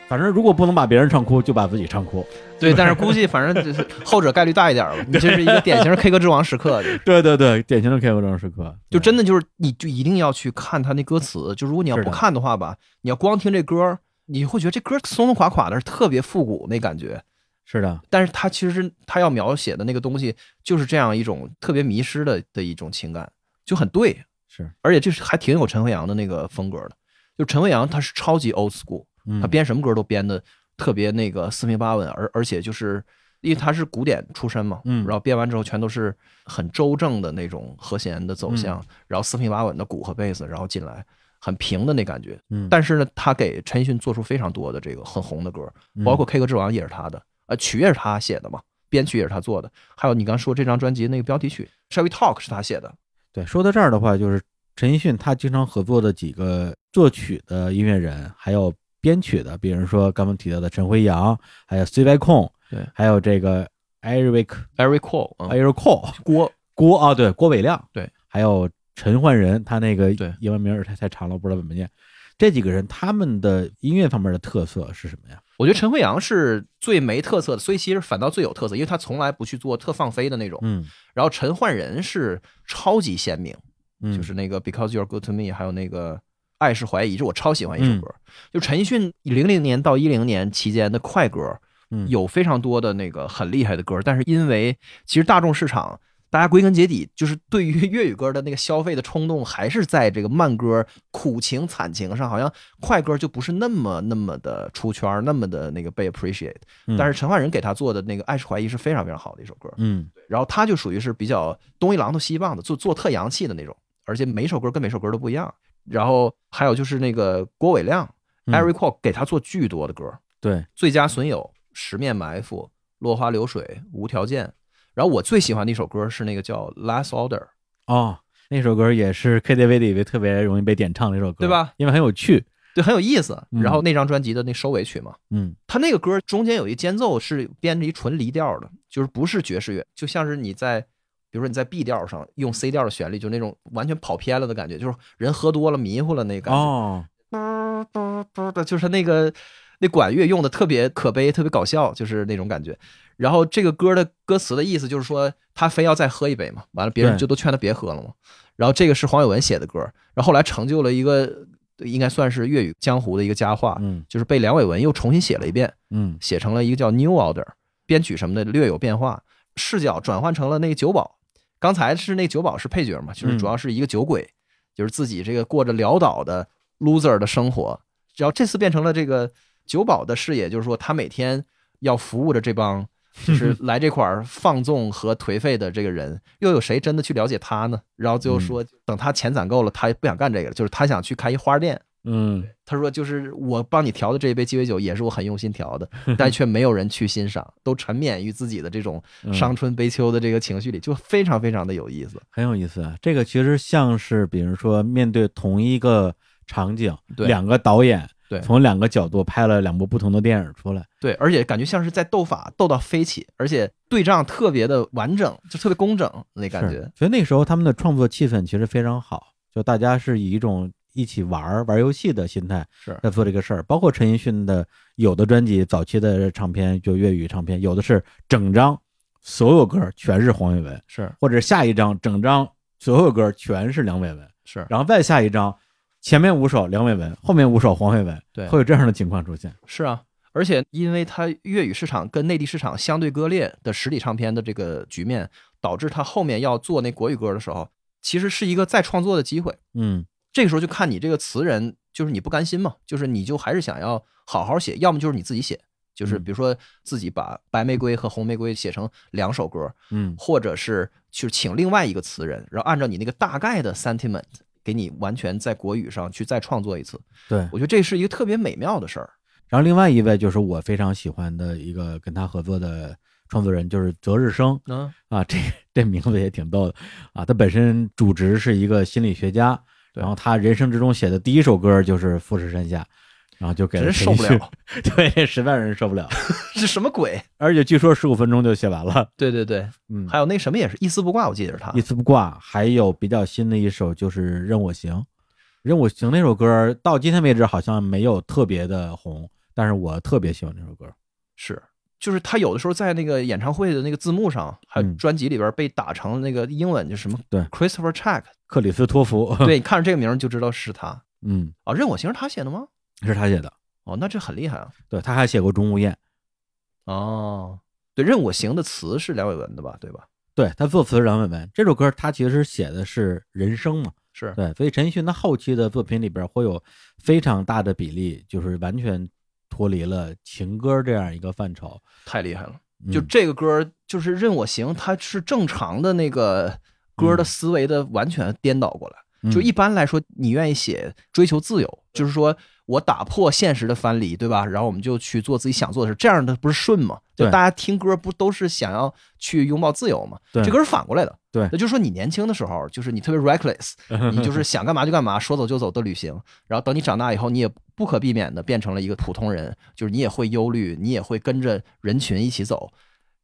反正如果不能把别人唱哭，就把自己唱哭。对，但是估计反正就是后者概率大一点吧。你这是一个典型 K 歌之王时刻，对对对，典型的 K O 正时刻，对就真的就是你就一定要去看他那歌词。就如果你要是不的看的话吧，你要光听这歌，你会觉得这歌松松垮垮的，特别复古那感觉。是的，但是他其实他要描写的那个东西就是这样一种特别迷失的的一种情感，就很对，是而且这是还挺有陈慧阳的那个风格的。就陈慧阳他是超级 old school，嗯他编什么歌都编的特别那个四平八稳，而而且就是因为他是古典出身嘛，嗯然后编完之后全都是很周正的那种和弦的嗯走向，然后四平八稳的鼓和贝斯，然后进来很平的那感觉。嗯，但是呢，他给陈奕迅做出非常多的这个很红的歌，嗯包括《K 歌之王》也是他的，呃，曲也是他写的嘛，编曲也是他做的，还有你刚说这张专辑那个标题曲《Shall We Talk》是他写的，对，说到这儿的话，就是陈奕迅他经常合作的几个作曲的音乐人，还有编曲的，比如说刚刚提到的陈辉阳，还有 CY 控，对，还有这个 Eric Eric Cole，、嗯、 Eric Cole 郭郭啊，对，郭伟亮，对，还有陈焕仁，他那个对英文名儿太太长了，不知道怎么念。这几个人他们的音乐方面的特色是什么呀？我觉得陈慧阳是最没特色的，所以其实反倒最有特色，因为他从来不去做特放飞的那种。嗯，然后陈焕仁是超级鲜明，嗯就是那个 Because You're Good to Me，还有那个爱是怀疑，这我超喜欢一首嗯歌。就陈奕迅零零年到一零年期间的快歌，嗯有非常多的那个很厉害的歌，但是因为其实大众市场，大家归根结底就是对于粤语歌的那个消费的冲动，还是在这个慢歌、苦情、惨情上，好像快歌就不是那么那么的出圈儿，那么的那个被 appreciate 嗯。但是陈奂仁给他做的那个《爱是怀疑》是非常非常好的一首歌，嗯然后他就属于是比较东一榔头西一棒的，做做特洋气的那种，而且每首歌跟每首歌都不一样。然后还有就是那个郭伟亮、嗯 Eric Cole 给他做巨多的歌，对，最佳损友、十面埋伏、落花流水、无条件。然后我最喜欢的一首歌是那个叫《Last Order》，哦，那首歌也是 KTV 里面特别容易被点唱的一首歌，对吧？因为很有趣。对，很有意思。嗯然后那张专辑的那收尾曲嘛，嗯他那个歌中间有一间奏是编着一纯离调的，就是不是爵士乐，就像是你在，比如说你在 B 调上用 C 调的旋律，就那种完全跑偏了的感觉，就是人喝多了迷糊了那感觉。哦，嘟嘟嘟的， [laughs] 就是那个那管乐用的特别可悲，特别搞笑，就是那种感觉。然后这个歌的歌词的意思就是说，他非要再喝一杯嘛，完了别人对就都劝他别喝了嘛。然后这个是黄伟文写的歌，然后后来成就了一个应该算是粤语江湖的一个佳话，嗯就是被梁伟文又重新写了一遍，嗯写成了一个叫 New Order，编曲什么的略有变化，视角转换成了那个酒保。刚才是那酒保是配角嘛，就是嗯主要是一个酒鬼，就是自己这个过着潦倒的 loser 的生活。然后这次变成了这个酒保的视野，就是说他每天要服务着这帮就是来这块儿放纵和颓废的这个人，又有谁真的去了解他呢？然后最后说，等他钱攒够了，他也不想干这个了，就是他想去开一花店。嗯，他说：“就是我帮你调的这一杯鸡尾酒，也是我很用心调的，但却没有人去欣赏，都沉湎于自己的这种嗯伤春悲秋的这个情绪里，就非常非常的有意思。很有意思啊。这个其实像是，比如说面对同一个场景，对两个导演对从两个角度拍了两部不同的电影出来。对，而且感觉像是在斗法，斗到飞起，而且对仗特别的完整，就特别工整那感觉是。所以那时候他们的创作气氛其实非常好，就大家是以一种一起玩儿玩游戏的心态是在做这个事儿。包括陈奕迅的有的专辑早期的唱片就粤语唱片，有的是整张所有歌儿全是黄伟文，是或者下一张整张所有歌儿全是梁伟文。是然后再下一张，前面五首梁伟文，后面五首黄伟文，对会有这样的情况出现。是啊，而且因为它粤语市场跟内地市场相对割裂的实体唱片的这个局面，导致他后面要做那国语歌的时候，其实是一个再创作的机会。嗯这个时候就看你这个词人，就是你不甘心嘛，就是你就还是想要好好写，要么就是你自己写，就是嗯比如说自己把《白玫瑰》和《红玫瑰》写成两首歌，嗯或者是去请另外一个词人，然后按照你那个大概的 sentiment，给你完全在国语上去再创作一次。对。我觉得这是一个特别美妙的事儿。然后另外一位就是我非常喜欢的一个跟他合作的创作人，就是泽日生嗯，啊，这这名字也挺逗的啊。他本身主职是一个心理学家，对然后他人生之中写的第一首歌就是《富士山下》，然后就给了真陈受不奕迅，了，[laughs] 对，这实在让人受不了。 [laughs] 这什么鬼？而且据说十五分钟就写完了，对对对，嗯，还有那什么也是一丝不挂，我记得是他一。丝不挂，还有比较新的一首就是《任我行》，任我行那首歌到今天为止好像没有特别的红，但是我特别喜欢这首歌。是，就是他有的时候在那个演唱会的那个字幕上，还有嗯专辑里边被打成那个英文，就什么对 Christopher Check，克里斯托弗， [laughs] 对，你看着这个名儿就知道是他嗯，啊。任我行是他写的吗？是他写的。哦，那这很厉害啊。对，他还写过《钟无艳》，哦，对，任我行的词是梁伟文的吧？对吧？对他作词是梁伟文。这首歌他其实写的是人生嘛，是，对，所以陈奕迅他后期的作品里边会有非常大的比例，就是完全脱离了情歌这样一个范畴。太厉害了。嗯就这个歌，就是任我行，它是正常的那个歌嗯的思维的完全颠倒过来。就一般来说，你愿意写追求自由，就是说我打破现实的藩篱，对吧？然后我们就去做自己想做的事，这样的不是顺吗？就对大家听歌不都是想要去拥抱自由吗？对这歌是反过来的。对那就是说你年轻的时候，就是你特别 [laughs] reckless，你就是想干嘛就干嘛，说走就走的旅行。然后等你长大以后，你也不可避免的变成了一个普通人，就是你也会忧虑，你也会跟着人群一起走，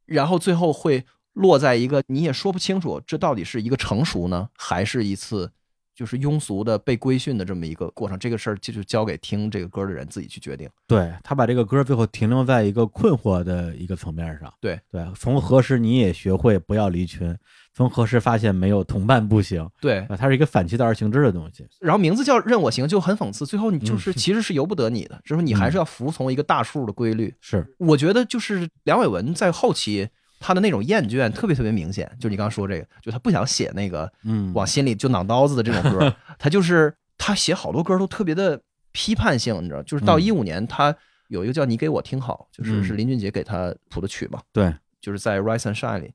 然后最后会落在一个你也说不清楚，这到底是一个成熟呢，还是一次就是庸俗的被规训的这么一个过程？这个事儿就就交给听这个歌的人自己去决定。对他把这个歌最后停留在一个困惑的一个层面上。对对，从何时你也学会不要离群，从何时发现没有同伴不行对，啊，它是一个反其道而行之的东西。然后名字叫任我行，就很讽刺。最后你就是其实是由不得你的，就是你还是要服从一个大数的规律。是，我觉得就是梁伟文在后期他的那种厌倦特别特别明显，就是你刚刚说这个，就他不想写那个嗯，往心里就攮刀子的这种 [laughs] 歌，他就是他写好多歌都特别的批判性，你知道，就是到嗯一五年他有一个叫《你给我听好》，就是嗯是林俊杰给他谱的曲嘛，对，就是在《Rise and Shine》里，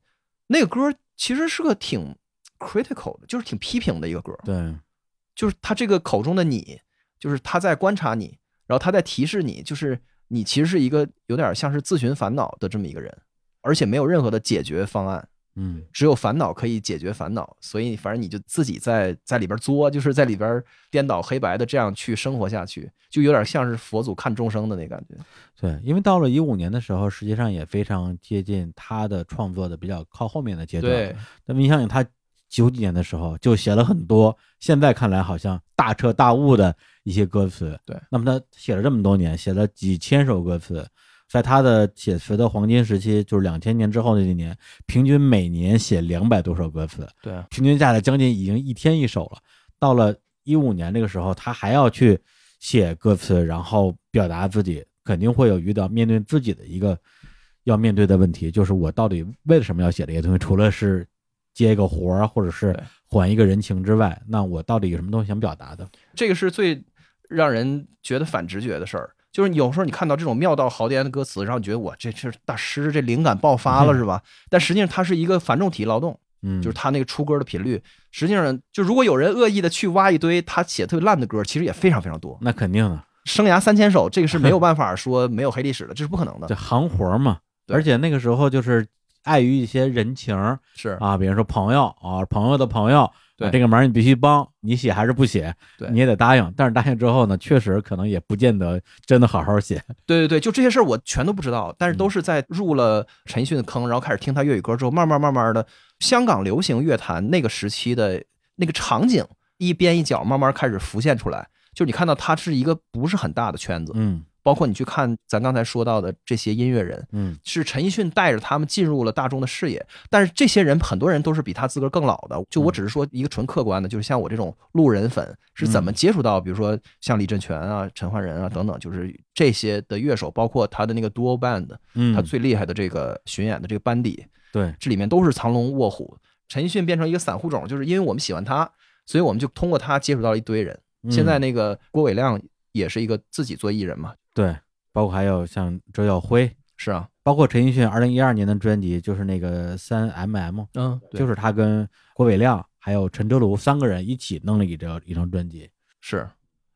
那个歌其实是个挺 critical 的，就是挺批评的一个歌，对，就是他这个口中的你，就是他在观察你，然后他在提示你，就是你其实是一个有点像是自寻烦恼的这么一个人，而且没有任何的解决方案，嗯，只有烦恼可以解决烦恼，所以反正你就自己在在里边作，就是在里边颠倒黑白的这样去生活下去，就有点像是佛祖看众生的那感觉。对，因为到了一五年的时候，实际上也非常接近他的创作的比较靠后面的阶段。，那么你想想，他九几年的时候就写了很多，现在看来好像大彻大悟的一些歌词。对，那么他写了这么多年，写了几千首歌词，在他的写词的黄金时期，就是两千年之后那几年，平均每年写两百多首歌词，对啊，平均下来将近已经一天一首了。到了一五年这个时候，他还要去写歌词，然后表达自己，肯定会有遇到面对自己的一个要面对的问题，就是我到底为什么要写这些东西？除了是接一个活儿，或者是对还一个人情之外，那我到底有什么东西想表达的？这个是最让人觉得反直觉的事儿。就是有时候你看到这种妙到毫巅的歌词，然后你觉得我这这是大师这灵感爆 [laughs] 发了是吧？但实际上它是一个繁重体劳动，嗯，就是他那个出歌的频率。实际上，就如果有人恶意的去挖一堆他写特别烂的歌，其实也非常非常多。那肯定的，生涯三千首，这个是 [laughs] 没有办法说没有黑历史的，这是不可能这的。行活儿嘛。对而且那个时候就是碍于一些人情儿是啊，比如说朋友啊，朋友的朋友，对这个忙你必须帮，你写还是不写，对你也得答应。但是答应之后呢，确实可能也不见得真的好好写。对对对，就这些事儿我全都不知道，但是嗯都是在入了陈奕迅的坑，然后开始听他粤语歌之后，慢慢慢慢的，香港流行乐坛那个时期的那个场景一边一角慢慢开始浮现出来。就是你看到它是一个不是很大的圈子，嗯包括你去看咱刚才说到的这些音乐人，嗯，是陈奕迅带着他们进入了大众的视野。但是这些人很多人都是比他自个儿更老的，嗯就我只是说一个纯客观的，就是像我这种路人粉是嗯怎么接触到，比如说像李振权啊、陈奂仁啊等等，就是这些的乐手，包括他的那个 duo band，嗯，他最厉害的这个巡演的这个班底，对，这里面都是藏龙卧虎。陈奕迅变成一个散户种，就是因为我们喜欢他，所以我们就通过他接触到了一堆人。嗯现在那个郭伟亮也是一个自己做艺人嘛，对，包括还有像周耀辉，是啊，包括陈奕迅二零一二年的专辑，就是那个三 mm，嗯，就是他跟郭伟亮还有陈哲卢三个人一起弄了一张一张专辑。是，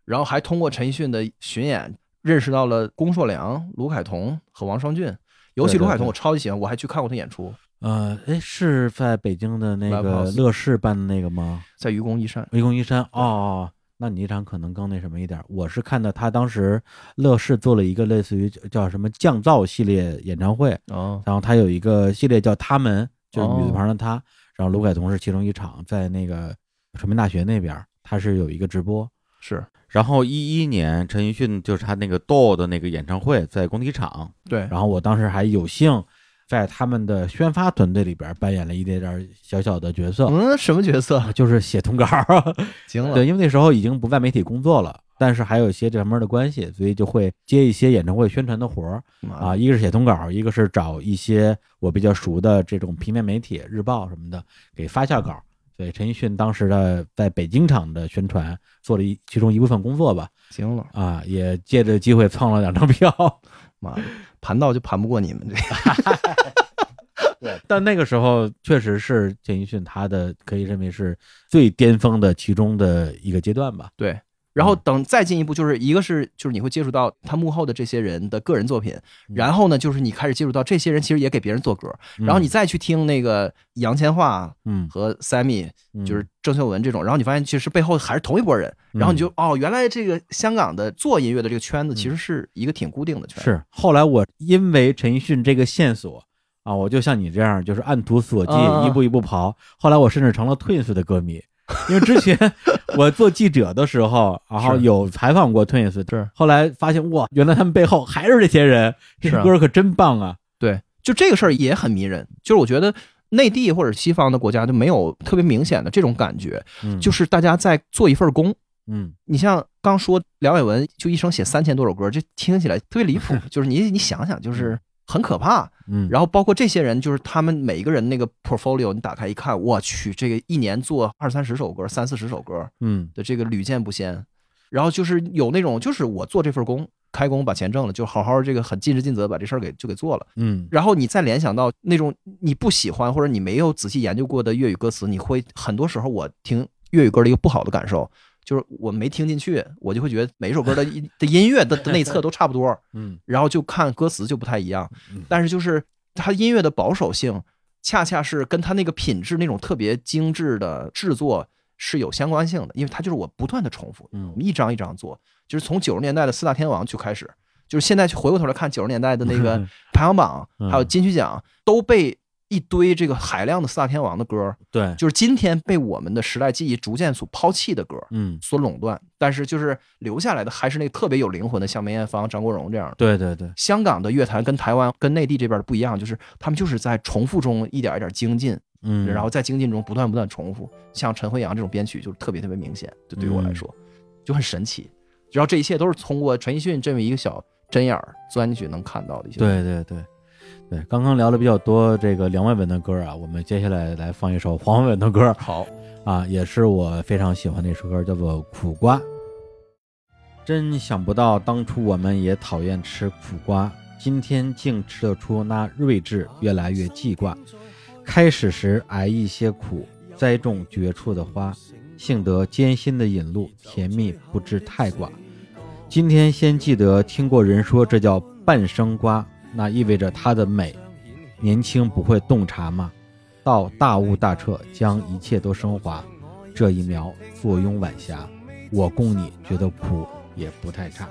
然后还通过陈奕迅的巡演认识到了龚硕良、卢凯彤和王双俊，尤其对对卢凯彤对我超级喜欢，我还去看过他演出，呃，哎，是在北京的那个 Livehouse 乐视办的那个吗？在愚公移山。愚公移山哦哦，那你那场可能更那什么一点儿。我是看到他当时乐视做了一个类似于叫什么降噪系列演唱会，哦，然后他有一个系列叫《他们》，就是女字哦旁的她，然后卢凯彤是其中一场，在那个传媒大学那边儿，他是有一个直播，是然后一一年，陈奕迅就是他那个 Do 的那个演唱会在工体场，对，然后我当时还有幸在他们的宣发团队里边扮演了一点点小小的角色，嗯，什么角色？就是写通稿儿。行了，对，啊因为那时候已经不在媒体工作了，但是还有一些这方面的关系，所以就会接一些演唱会宣传的活儿妈啊，的，一个是写通稿儿，一个是找一些我比较熟的这种平面媒体、日报什么的给发下稿儿。所以陈奕迅当时的在北京场的宣传做了一其中一部分工作吧，行了，啊，也借着机会蹭了两张票。 [laughs] 妈的，盘道就盘不过你们这个，但那个时候确实是陈奕迅他的可以认为是最巅峰的其中的一个阶段吧。对。嗯然后等再进一步，就是一个是就是你会接触到他幕后的这些人的个人作品，嗯然后呢，就是你开始接触到这些人其实也给别人做歌，然后你再去听那个杨千嬅嗯，和 Sammy，嗯就是郑秀文这种，然后你发现其实背后还是同一拨人，然后你嗯就哦，原来这个香港的做音乐的这个圈子其实是一个挺固定的圈子，是后来我因为陈奕迅这个线索啊，我就像你这样，就是按图索骥，啊一步一步刨。后来我甚至成了 Twins 的歌迷，因为 [laughs] 之前我做记者的时候，然后是有采访过 Twins，是后来发现哇，原来他们背后还是这些人，这是首啊歌可真棒啊！对，就这个事儿也很迷人，就是我觉得内地或者西方的国家就没有特别明显的这种感觉，嗯就是大家在做一份工。嗯你像刚说梁伟文就一生写三千多首歌，这听起来特别离 [laughs] 谱，就是你你想想就是很可怕，嗯，然后包括这些人，就是他们每一个人那个 portfolio，你打开一看，我去，这个一年做二三十首歌、三四十首歌嗯的这个屡见不鲜。然后就是有那种，就是我做这份工，开工把钱挣了，就好好这个很尽职尽责把这事儿给就给做了。嗯然后你再联想到那种你不喜欢或者你没有仔细研究过的粤语歌词，你会很多时候我听粤语歌的一个不好的感受，就是我没听进去，我就会觉得每一首歌的的音乐的的内测都差不多。嗯然后就看歌词就不太一样嗯。但是就是它音乐的保守性，恰恰是跟它那个品质那种特别精致的制作是有相关性的，因为它就是我不断的重复，嗯我们一张一张做，就是从九十年代的四大天王就开始，就是现在去回过头来看九十年代的那个排行榜，嗯还有金曲奖，都被一堆这个海量的四大天王的歌， [laughs] 对，就是今天被我们的时代记忆逐渐所抛弃的歌。嗯所垄断，但是就是留下来的还是那特别有灵魂的，像梅艳芳、张国荣这样的。对对对，香港的乐坛跟台湾、跟内地这边不一样，就是他们就是在重复中一点一点精进，嗯，然后在精进中不断不断重复。像陈辉阳这种编曲就是特别特别明显，就对于我来说、就很神奇。然后这一切都是通过陈奕迅这么一个小针眼儿钻进去能看到的一些。，对对对对，刚刚聊了比较多这个梁伟文的歌啊，我们接下来来放一首黄伟文的歌好，啊，也是我非常喜欢的一首歌，叫做《苦瓜》。真想不到当初我们也讨厌吃苦瓜，今天竟吃得出那睿智越来越记挂。开始时挨一些苦，栽种绝处的花，幸得艰辛的引路，甜蜜不知太寡。今天先记得听过人说这叫半生瓜，那意味着它的美。年轻不会洞察吗？到大悟大彻，将一切都升华。这一苗坐拥晚霞，我供你觉得苦也不太差。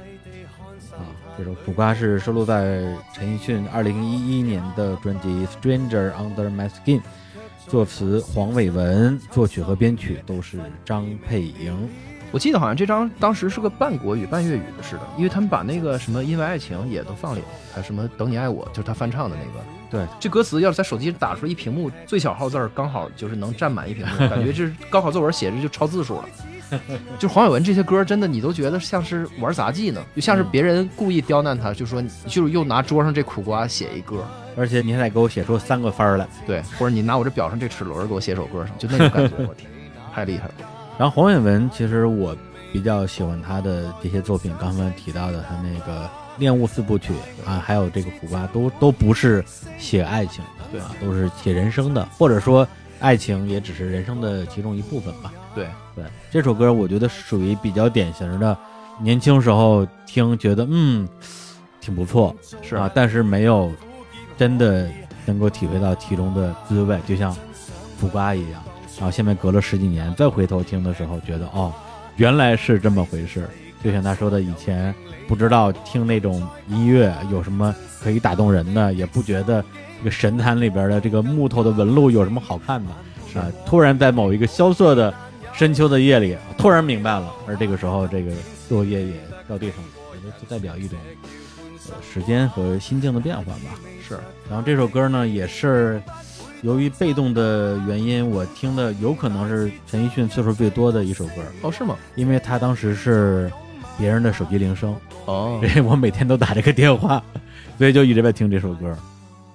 啊，这首《苦瓜》是收录在陈奕迅2011年的专辑《Stranger Under My Skin》，作词黄伟文，作曲和编曲都是张佩莹。我记得好像这张当时是个半国语半粤语的似的，因为他们把那个什么《因为爱情》也都放里，还有什么《等你爱我》，就是他翻唱的那个。对，这歌词要是在手机上打出一屏幕，最小号字儿刚好就是能占满一屏幕，感觉这是高考作文写着就超 [laughs] 字数了。就是黄伟文这些歌，真的你都觉得像是玩杂技呢，就像是别人故意刁难他，就说你就是又拿桌上这苦瓜写一歌，而且你还得给我写出三个分儿来。对，或者你拿我这表上这齿轮给我写首歌上，就那种感觉，我天，太厉害了。然后黄伟文，其实我比较喜欢他的这些作品，刚才提到的他那个《恋物四部曲》啊，还有这个《苦瓜》都，都不是写爱情的，对啊，都是写人生的，或者说爱情也只是人生的其中一部分吧。对对，这首歌我觉得属于比较典型的，年轻时候听觉得嗯挺不错，是啊，但是没有真的能够体会到其中的滋味，就像苦瓜一样。然后现在隔了十几年，再回头听的时候，觉得哦，原来是这么回事。就像他说的，以前不知道听那种音乐有什么可以打动人的，也不觉得这个神坛里边的这个木头的纹路有什么好看的。啊、突然在某一个萧瑟的深秋的夜里，突然明白了。而这个时候，这个落叶也掉地上了，我觉得就代表一种、呃、时间和心境的变化吧。是，然后这首歌呢，也是由于被动的原因，我听的有可能是陈奕迅次数最多的一首歌，哦，是吗？因为他当时是别人的手机铃声，哦，因为我每天都打这个电话， [laughs] 所以就一直在听这首歌。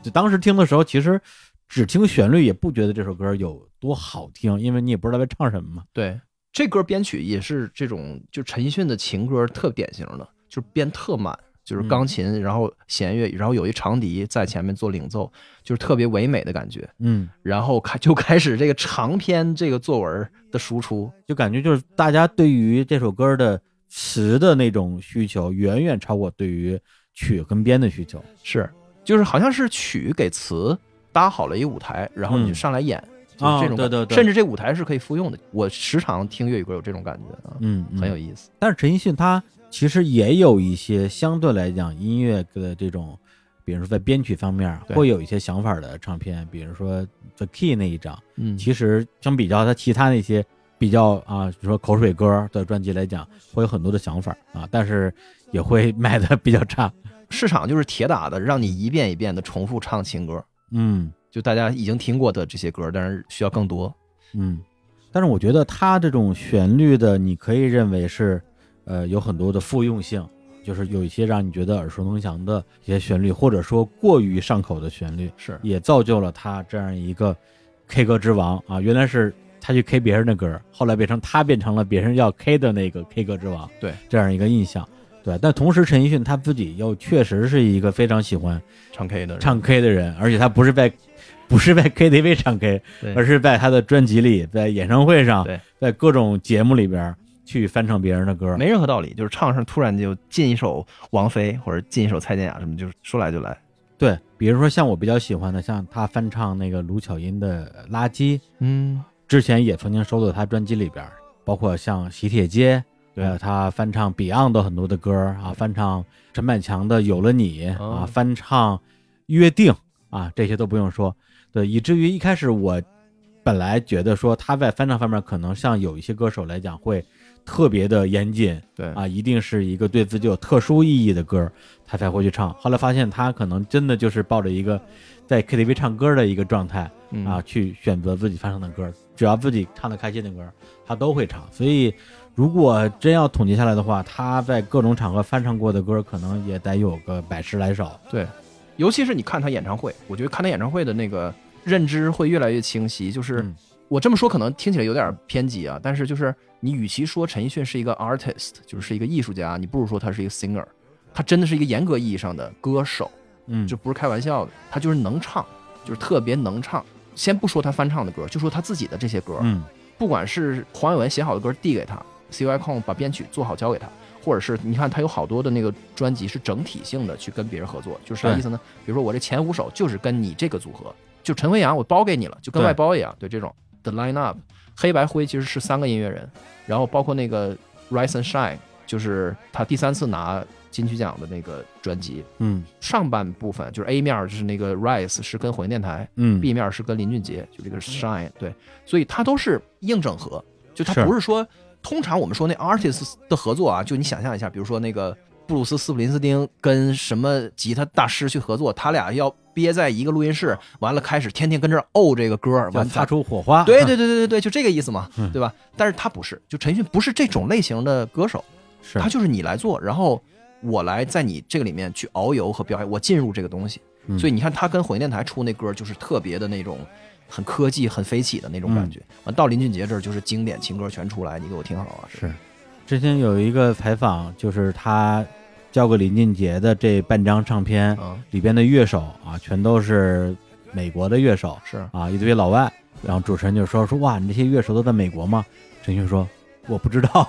就当时听的时候，其实只听旋律也不觉得这首歌有多好听，因为你也不知道在唱什么嘛。对，这歌编曲也是这种，就陈奕迅的情歌特典型的，就是编特满，就是嗯钢琴，然后弦乐，然后有一长笛在前面做领奏，就是特别唯美的感觉。嗯，然后开 [laughs] 就开始这个长篇这个作文的输出，就感觉就是大家对于这首歌的词的那种需求，远远超过对于曲跟编的需求。是，就是好像是曲给词搭好了一舞台，然后你就嗯上来演，就是啊这种感觉、对对对甚至这舞台是可以复用的。我时常听粤语歌有这种感觉啊，嗯，嗯很有意思。但是陈奕迅他其实也有一些相对来讲音乐的这种，比如说在编曲方面对会有一些想法的唱片，比如说《The Key》那一张，嗯其实相比较他其他那些比较啊，比如说口水歌的专辑来讲，会有很多的想法啊，但是也会 [laughs] 卖的比较差。市场就是铁打的，让你一遍一遍的重复唱情歌，嗯就大家已经听过的这些歌，但是需要更多。嗯，但是我觉得他这种旋律的，你可以认为是呃有很多的复用性。就是有一些让你觉得耳熟能详的一些旋律，或者说过于上口的旋律，是也造就了他这样一个 K 歌之王啊。原来是他去 K 别人的歌，后来变成他变成了别人要 K 的那个 K 歌之王，对这样一个印象。对，但同时陈奕迅他自己又确实是一个非常喜欢唱 K 的人唱 K 的人，而且他不是在不是在 KTV 唱 K，对而是在他的专辑里、在演唱会上对、在各种节目里边去翻唱别人的歌。没任何道理，就是唱上突然就进一首王菲或者进一首蔡健雅什么，就是说来就来。对，比如说像我比较喜欢的，像他翻唱那个卢巧音的《垃圾》，嗯，之前也曾经收到他专辑里边儿，包括像《喜帖街》，还有他翻唱 Beyond 的很多的歌儿啊，翻唱陈百强的《有了你》哦啊，翻唱《约定》啊，这些都不用说。对，以至于一开始我本来觉得说他在翻唱方面可能像有一些歌手来讲会特别的严谨对啊，一定是一个对自己有特殊意义的歌儿他才会去唱。后来发现他可能真的就是抱着一个在 KTV 唱歌的一个状态。嗯啊，，去选择自己翻唱的歌，只要自己唱的开心的歌，他都会唱。所以，如果真要统计下来的话，他在各种场合翻唱过的歌，可能也得有个百十来首。对，尤其是你看他演唱会，我觉得看他演唱会的那个认知会越来越清晰。就是、嗯我这么说可能听起来有点偏激啊，但是就是你与其说陈奕迅是一个 artist，就是一个艺术家，你不如说他是一个 singer，他真的是一个严格意义上的歌手。嗯，就不是开玩笑的，他就是能唱，就是特别能唱。先不说他翻唱的歌，就说他自己的这些歌，嗯不管是黄伟文写好的歌递给他，CY 控把编曲做好交给他，或者是你看他有好多的那个专辑是整体性的去跟别人合作，就是啥对意思呢？比如说我这前五首就是跟你这个组合，就陈飞扬我包给你了，就跟对外包一样，对这种的 line up，黑白灰其实是三个音乐人，然后包括那个 Rise and Shine，就是他第三次拿金曲奖的那个专辑，嗯上半部分就是 A 面儿就是那个 Rise 是跟火焰电台、嗯 b 面儿是跟林俊杰，就这个 Shine 对，所以它都是硬整合，就它是不是说通常我们说那 artist 的合作啊，就你想象一下，比如说那个布鲁斯斯普林斯汀跟什么吉他大师去合作，他俩要憋在一个录音室，完了开始天天跟这儿哦这个歌儿，要完擦他哦出火花。啊对对对对对对，就这个意思嘛嗯，对吧？但是他不是，就陈奕迅不是这种类型的歌手。是它就是你来做，然后我来在你这个里面去遨游和表演，我进入这个东西。嗯所以你看，他跟火焰电台出那歌就是特别的那种，很科技、很飞起的那嗯种感觉。完到林俊杰这儿就是经典情歌全出来，你给我听好啊！是。之前有一个采访，就是他交给林俊杰的这半张唱片嗯，里边的乐手啊，全都是美国的乐手。是啊，一堆老外。然后主持人就说说哇，你这些乐手都在美国吗？陈奕迅说我不知道， [laughs]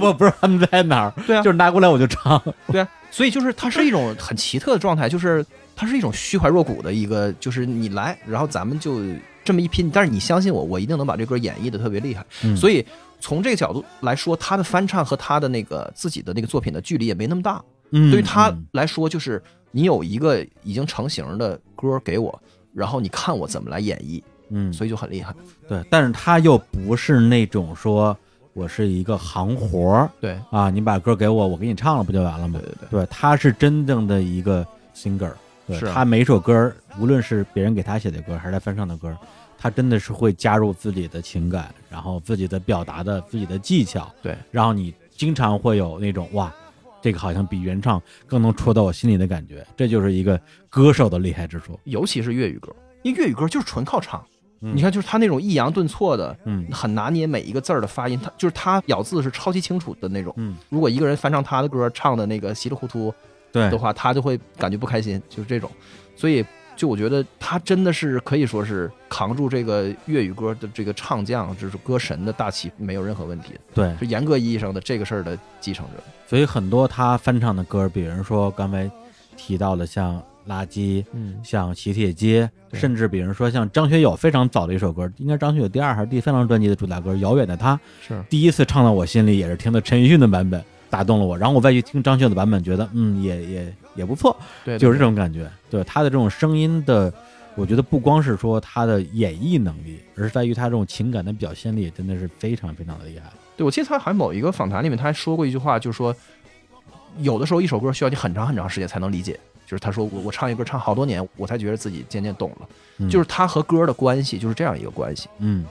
我不知道他们在哪儿， [laughs] 对啊就是拿过来我就唱。对啊，所以就是它是一种很奇特的状态，就是它是一种虚怀若谷的一个，就是你来，然后咱们就这么一拼，但是你相信我，我一定能把这歌演绎的特别厉害。嗯所以从这个角度来说，他的翻唱和他的那个自己的那个作品的距离也没那么大。以对于他来说，就是你有一个已经成型的歌给我，然后你看我怎么来演绎。嗯，所以就很厉害。对，但是他又不是那种说我是一个行活儿对，啊，你把歌给我，我给你唱了不就完了吗对？对对，对，他是真正的一个 singer，对是啊他每首歌儿，无论是别人给他写的歌儿，还是他翻唱的歌儿，他真的是会加入自己的情感，然后自己的表达的自己的技巧，对，然后你经常会有那种哇，这个好像比原唱更能戳到我心里的感觉，这就是一个歌手的厉害之处。尤其是粤语歌，因为粤语歌就是纯靠唱。嗯你看，就是他那种抑扬顿挫的，嗯很拿捏每一个字儿的发音，他就是他咬字是超级清楚的那种。嗯，如果一个人翻唱他的歌，唱的那个稀里糊涂对的，话，他就会感觉不开心，就是这种。所以，就我觉得他真的是可以说是扛住这个粤语歌的这个唱将，就是歌神的大旗，没有任何问题。对，就严格意义上的这个事儿的继承者。所以很多他翻唱的歌儿，比如说刚才提到的像《垃圾》。嗯，像《喜帖街》，对甚至比如说像张学友非常早的一首歌，应该是张学友第二还是第三张专辑的主打歌《遥远的他》，是第一次唱到我心里也是听的陈奕迅的版本打动了我，然后我再去听张学友的版本，觉得嗯也也也不错，对，对就是这种感觉。对他的这种声音的，我觉得不光是说他的演绎能力，而是在于他这种情感的表现力真的是非常非常的厉害。对，我记得他好像某一个访谈里面，他还说过一句话，就是说，有的时候一首歌需要你很长很长时间才能理解。就是他说我我唱一歌唱好多年，我才觉得自己渐渐懂了。嗯就是他和歌的关系就是这样一个关系。嗯，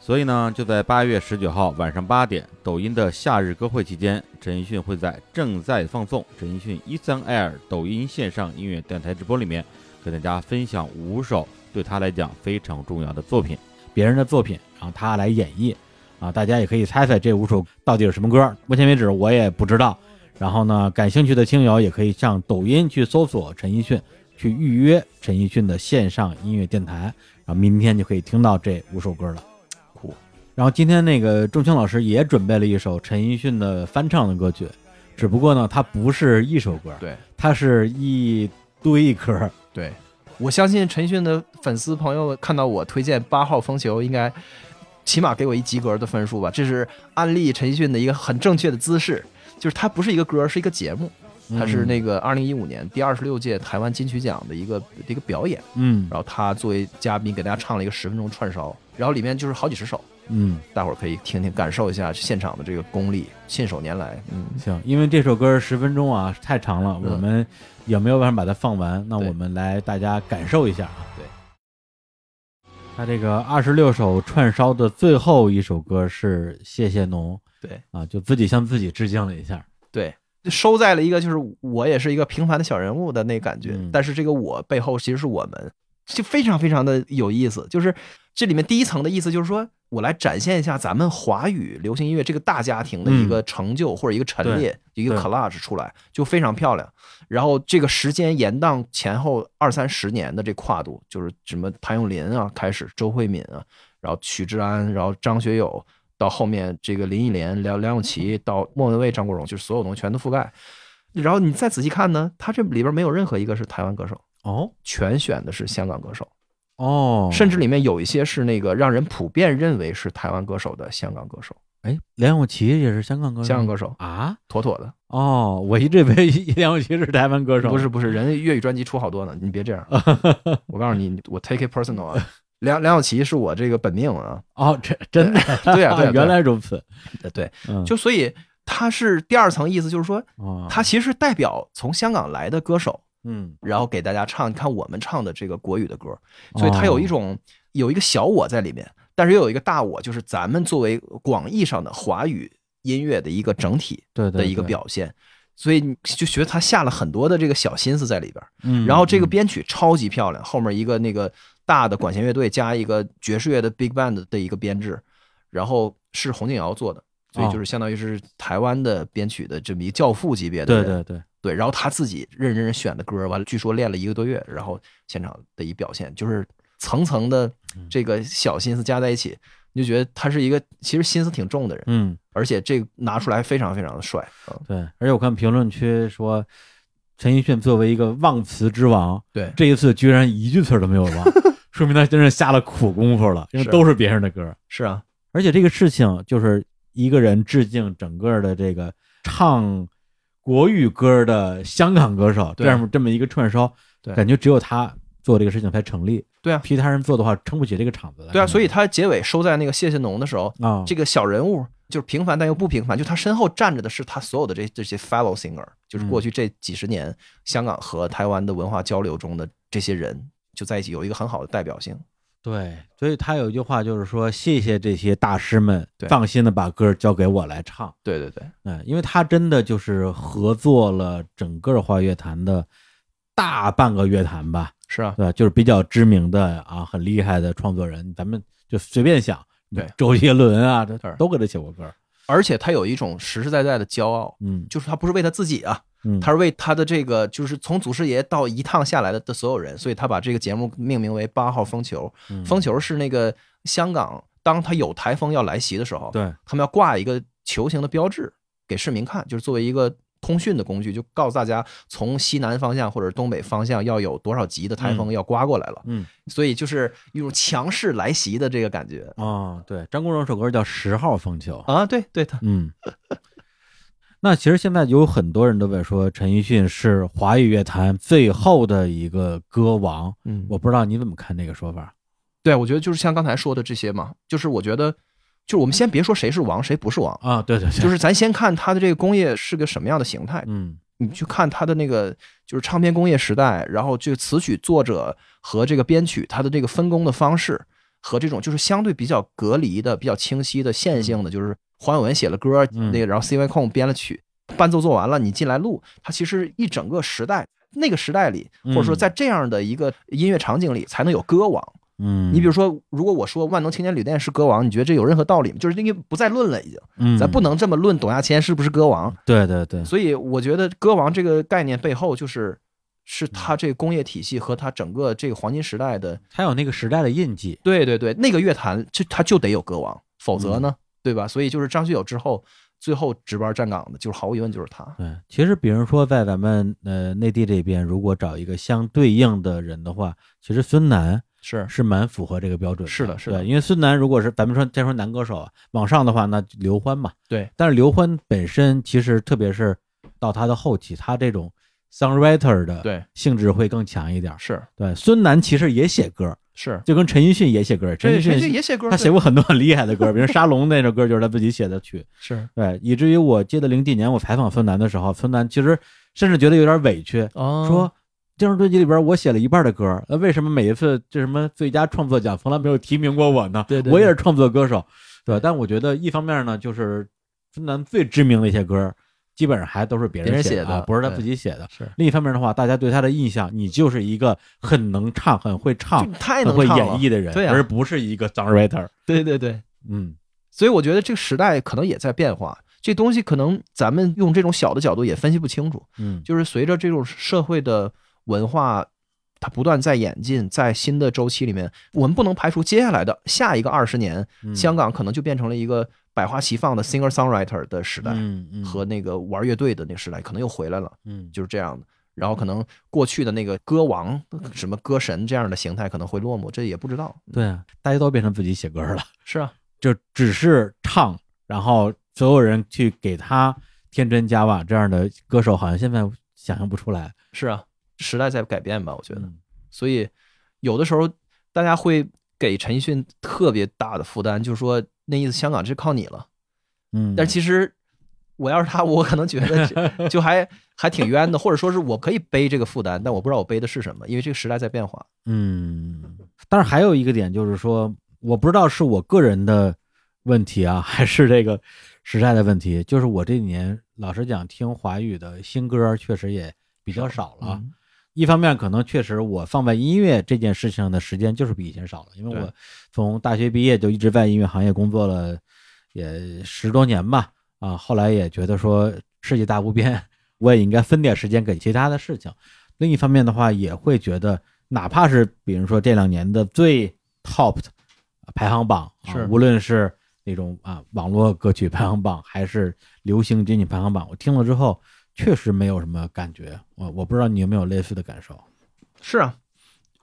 所以呢，就在八月十九号晚上八点，抖音的夏日歌会期间，陈奕迅会在正在放送陈奕迅 E Ethan Air 抖音线上音乐电台直播里面，跟大家分享五首对他来讲非常重要的作品。别人的作品，然后他来演绎啊，大家也可以猜猜这五首到底是什么歌。目前为止我也不知道。然后呢，感兴趣的听友也可以上抖音去搜索陈奕迅，去预约陈奕迅的线上音乐电台，然后啊明天就可以听到这五首歌了。酷。然后今天那个钟青老师也准备了一首陈奕迅的翻唱的歌曲，只不过呢，它不是一首歌，对它是一堆歌。对，我相信陈奕迅的粉丝朋友看到我推荐《八号风球》，应该起码给我一及格的分数吧。这是安利陈奕迅的一个很正确的姿势，就是它不是一个歌，是一个节目。 [laughs] 它嗯是那个二零一五年第二十六届台湾金曲奖的一个一个表演，嗯然后他作为嘉宾给大家唱了一个十分钟串烧，然后里面就是好几十首，嗯，大伙儿可以听听，感受一下现场的这个功力，信手拈来。嗯，行，因为这首歌十分钟啊太长了，嗯我们也没有办法把它放完。那对我们来大家感受一下啊。对，他这个二十六首串烧的最后一首歌是《谢谢侬》。对啊，就自己向自己致敬了一下。对，就收在了一个就是我也是一个平凡的小人物的那感觉，嗯但是这个我背后其实是我们，就非常非常的有意思。就是这里面第一层的意思就是说我来展现一下咱们华语流行音乐这个大家庭的一个成就或者一个陈列，一嗯个对 collage 出来就非常漂亮。然后这个时间延宕前后二三十年的这跨度，就是什么谭咏麟啊开始，周慧敏啊，然后许志安，然后张学友。到后面这个林忆莲、梁梁咏琪到莫文蔚、张国荣，就是所有东西全都覆盖。然后你再仔细看呢，他这里边没有任何一个是台湾歌手，哦全选的是香港歌手，哦，甚至里面有一些是那个让人普遍认为是台湾歌手的香港歌手，哎，梁咏琪也是香港歌手吗，香港歌手啊。妥妥的。哦，我一直以为 [laughs] 梁咏琪是台湾歌手，不是不是，人家粤语专辑出好多呢，你别这 [laughs] 样。我告诉你，我 take it personal 啊。梁梁咏琪是我这个本命啊，哦，真真的 [laughs] 对啊对啊，对啊原来如此，对，嗯，就所以他是第二层意思，就是说哦他其实代表从香港来的歌手，嗯，然后给大家唱，你看我们唱的这个国语的歌，所以它有一哦种有一个小我在里面，但是又有一个大我，就是咱们作为广义上的华语音乐的一个整体对对的一个对表现，所以你就觉得他下了很多的这个小心思在里边儿。嗯，然后这个嗯编曲超级漂亮，后面一个那个大的管弦乐队加一个爵士乐的 big band 的一个编制，然后是洪敬尧做的，哦所以就是相当于是台湾的编曲的这么一个教父级别的对人。对对，对，然后他自己认认真选的歌，完了据说练了一个多月，然后现场的一表现，就是层层的嗯这个小心思加在一起，你就觉得他是一个其实心思挺重的人，嗯。而且这个拿出来非常非常的帅。嗯，对，而且我看评论区说，陈奕迅作为一个忘词之王，对这一次居然一句词儿都没有 [laughs] 忘，说明他真是下了苦功夫了，因为是都是别人的歌儿。是啊，而且这个事情就是一个人致敬整个的这个唱国语歌儿的香港歌手，这对样这么一个串烧，对感觉只有他做这个事情才成立。对啊其他人做的话，撑不起这个场子来。对啊，所以他结尾收在那个谢谢农的时候，啊，这个小人物就是平凡但又不平凡，就他身后站着的是他所有的这这些 fellow singer，就是过去这几十年香港和台湾的文化交流中的这些人就在一起，有一个很好的代表性。对，所以他有一句话就是说：“谢谢这些大师们，对放心的把歌交给我来唱。对对对，”嗯，因为他真的就是合作了整个华语乐坛的大半个乐坛吧，是啊，对吧？就是比较知名的啊，很厉害的创作人，咱们就随便想，对周杰伦啊，这是都给他写过歌。而且他有一种实实在在的骄傲，嗯就是他不是为他自己啊，嗯，他是为他的这个就是从祖师爷到一趟下来的的所有人，所以他把这个节目命名为八号风球。嗯风球是那个香港，当他有台风要来袭的时候，对，他们要挂一个球形的标志给市民看，就是作为一个通讯的工具，就告诉大家从西南方向或者东北方向要有多少级的台风要刮过来了。嗯所以就是一种强势来袭的这个感觉啊、对，张国荣有首歌叫《十号风球》啊！对对的，嗯，那其实现在有很多人都在说陈奕迅是华语乐坛最后的一个歌王，嗯我不知道你怎么看这个说法。对我觉得就是像刚才说的这些嘛，就是我觉得，就是我们先别说谁是王谁不是王，啊，对对对，就是咱先看它的这个工业是个什么样的形态。嗯你去看它的那个就是唱片工业时代，然后这个词曲作者和这个编曲它的这个分工的方式和这种就是相对比较隔离的、比较清晰的线性的，就是黄伟文写了歌，嗯那个然后 C Y 控编了曲，伴奏做完了，你进来录，它其实一整个时代。那个时代里，或者说嗯在这样的一个音乐场景里，才能有歌王。嗯，你比如说，如果我说万能青年旅店是歌王，你觉得这有任何道理吗？就是因为不再论了，已经，嗯，咱不能这么论董亚千是不是歌王。对对对，所以我觉得歌王这个概念背后，就是是他这个工业体系和他整个这个黄金时代的，他有那个时代的印记。对对对，那个乐坛就他就得有歌王，否则呢，对吧？所以就是张学友之后，最后值班站岗的，就是毫无疑问就是他。对，嗯其实比如说在咱们呃内地这边，如果找一个相对应的人的话，其实孙楠是是蛮符合这个标准是的是的对因为孙楠如果是咱们说再说男歌手啊，往上的话，那就刘欢嘛，对，但是刘欢本身其实特别是到他的后期，他这种 songwriter 的对性质会更强一点儿。是对，孙楠其实也写歌，是，就跟陈奕迅也写歌，陈对奕陈奕迅迅也写歌，他写对过很多很厉害的歌，比如《沙龙》那首歌就是他自己写的曲。是对，以至于我记得零几年我采访孙楠的时候，孙楠其实甚至觉得有点委屈，哦说这张专辑里边我写了一半的歌，那为什么每一次这什么最佳创作奖从来没有提名过我呢？对对对我也是创作歌手，对吧？但我觉得一方面呢，就是孙楠最知名的一些歌，基本上还都是别别人人写写的啊不是他对自己写的。是。另一方面的话，大家对他的印象，你就是一个很能唱、很会唱就、太很能会唱演了，绎的人，对啊而不是一个 songwriter。对对对，嗯所以我觉得这个时代可能也在变化，这东西可能咱们用这种小的角度也分析不清楚。嗯，就是随着这种社会的文化，它不断在演进，在新的周期里面，我们不能排除接下来的下一个二十年，嗯香港可能就变成了一个百花齐放的 singer songwriter 的时代，嗯嗯和那个玩乐队的那个时代可能又回来了，嗯就是这样的。然后可能过去的那个歌王、什么歌神这样的形态可能会落寞，这也不知道。对啊，大家都变成自己写歌了。是啊，就只是唱，然后所有人去给他添砖加瓦这样的歌手，好像现在想象不出来。是啊，时代在改变吧，我觉得。嗯所以有的时候大家会给陈奕迅特别大的负担，就是说那意思香港这靠你了。嗯，但是其实我要是他，我可能觉 [laughs] 得就就还还挺冤的，或者说是我可以背这个负担，但我不知道我背的是什么，因为这个时代在变化。嗯，但是还有一个点就是说，我不知道是我个人的问题啊， [laughs] 还是这个时代的问题。就是我这几年老实讲，听华语的新歌确实也比较少了。嗯一方面可能确实我放在音乐这件事情上的时间就是比以前少了，因为对我从大学毕业就一直在音乐行业工作了，也十多年吧，啊，后来也觉得说世界大无边，我也应该分点时间给其他的事情。另一方面的话，也会觉得哪怕是比如说这两年的最 top 的排行榜，啊是无论是那种啊网络歌曲排行榜，还是流行金曲排行榜，我听了之后确实没有什么感觉。我我不知道你有没有类似的感受。是啊，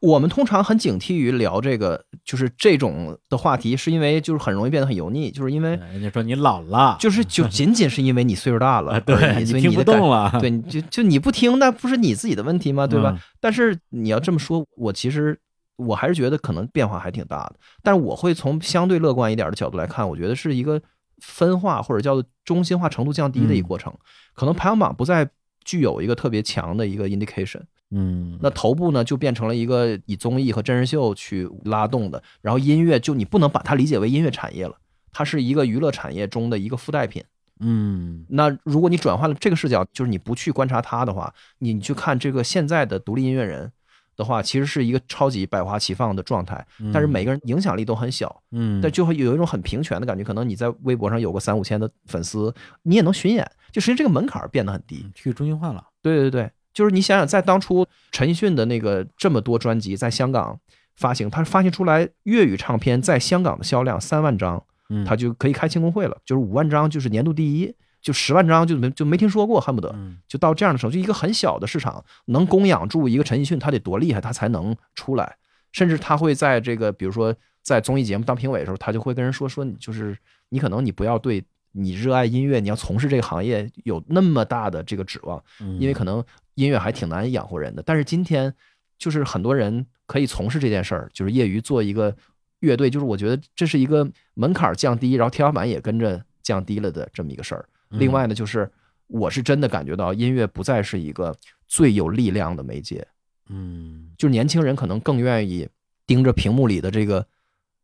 我们通常很警惕于聊这个，就是这种的话题，是因为就是很容易变得很油腻，就是因为人家说你老了，哎 [laughs] 就是就仅仅是因为你岁数大啊了，而对已所以听你不的感动了，对，你就就你不听，那不是你自己的问题吗？对吧？嗯但是你要这么说，我其实我还是觉得可能变化还挺大的，但是我会从相对乐观一点的角度来看，我觉得是一个分化或者叫做中心化程度降低的一个过程，可能排行榜不再具有一个特别强的一个 indication。嗯，那头部呢，就变成了一个以综艺和真人秀去拉动的，然后音乐就你不能把它理解为音乐产业了，它是一个娱乐产业中的一个附带品。嗯那如果你转换了这个视角，就是你不去观察它的话，你你去看这个现在的独立音乐人的话，其实是一个超级百花齐放的状态，嗯，但是每个人影响力都很小，嗯，但就会有一种很平权的感觉。可能你在微博上有个三五千的粉丝，你也能巡演，就实际这个门槛变得很低。嗯去中心化了，对对对，就是你想想，在当初陈奕迅的那个这么多专辑在香港发行，他发行出来粤语唱片在香港的销量三万张，嗯，他就可以开庆功会了，就是五万张就是年度第一，就十万张就没就没听说过，恨不得嗯就到这样的时候，就一个很小的市场能供养住一个陈奕迅，他得多厉害，他才能出来，甚至他会在这个比如说在综艺节目当评委的时候，他就会跟人说说你就是你可能你不要对。你热爱音乐，你要从事这个行业有那么大的这个指望，嗯因为可能音乐还挺难养活人的。但是今天就是很多人可以从事这件事儿，就是业余做一个乐队，就是我觉得这是一个门槛儿降低，然后天花板也跟着降低了的这么一个事儿。另外呢，就是我是真的感觉到音乐不再是一个最有力量的媒介，嗯就是年轻人可能更愿意盯着屏幕里的这个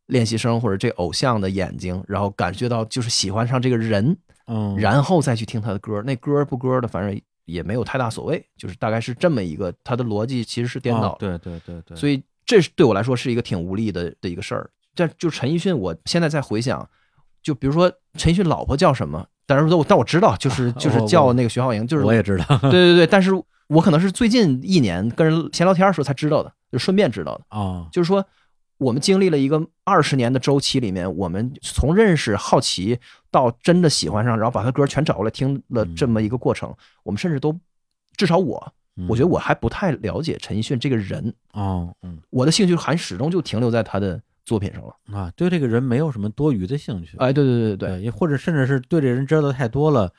练习生或者这偶像的眼睛，然后感觉到就是喜欢上这个人，嗯，然后再去听他的歌，那歌不歌的，反正也没有太大所谓，就是大概是这么一个，他的逻辑其实是颠倒哦的，对对对对，所以这是对我来说是一个挺无力的的一个事儿。但就陈奕迅，我现在在回想，就比如说陈奕迅老婆叫什么，但是我但我知道， [laughs] 就是就是我我叫那个徐浩莹，就是我也知道对对对，但是我可能是最近一年跟人闲聊天的时候才知道的，就顺便知道的。啊，就是说，我们经历了一个二十年的周期里面，我们从认识、好奇到真的喜欢上，然后把他歌全找过来听了这么一个过程，我们甚至都，至少我，嗯我觉得我还不太了解陈奕迅这个人，哦嗯我的兴趣还始终就停留在他的作品上了。啊，对这个人没有什么多余的兴趣，哎，对对对对对，对，也或者甚至是对这人知道的太多了，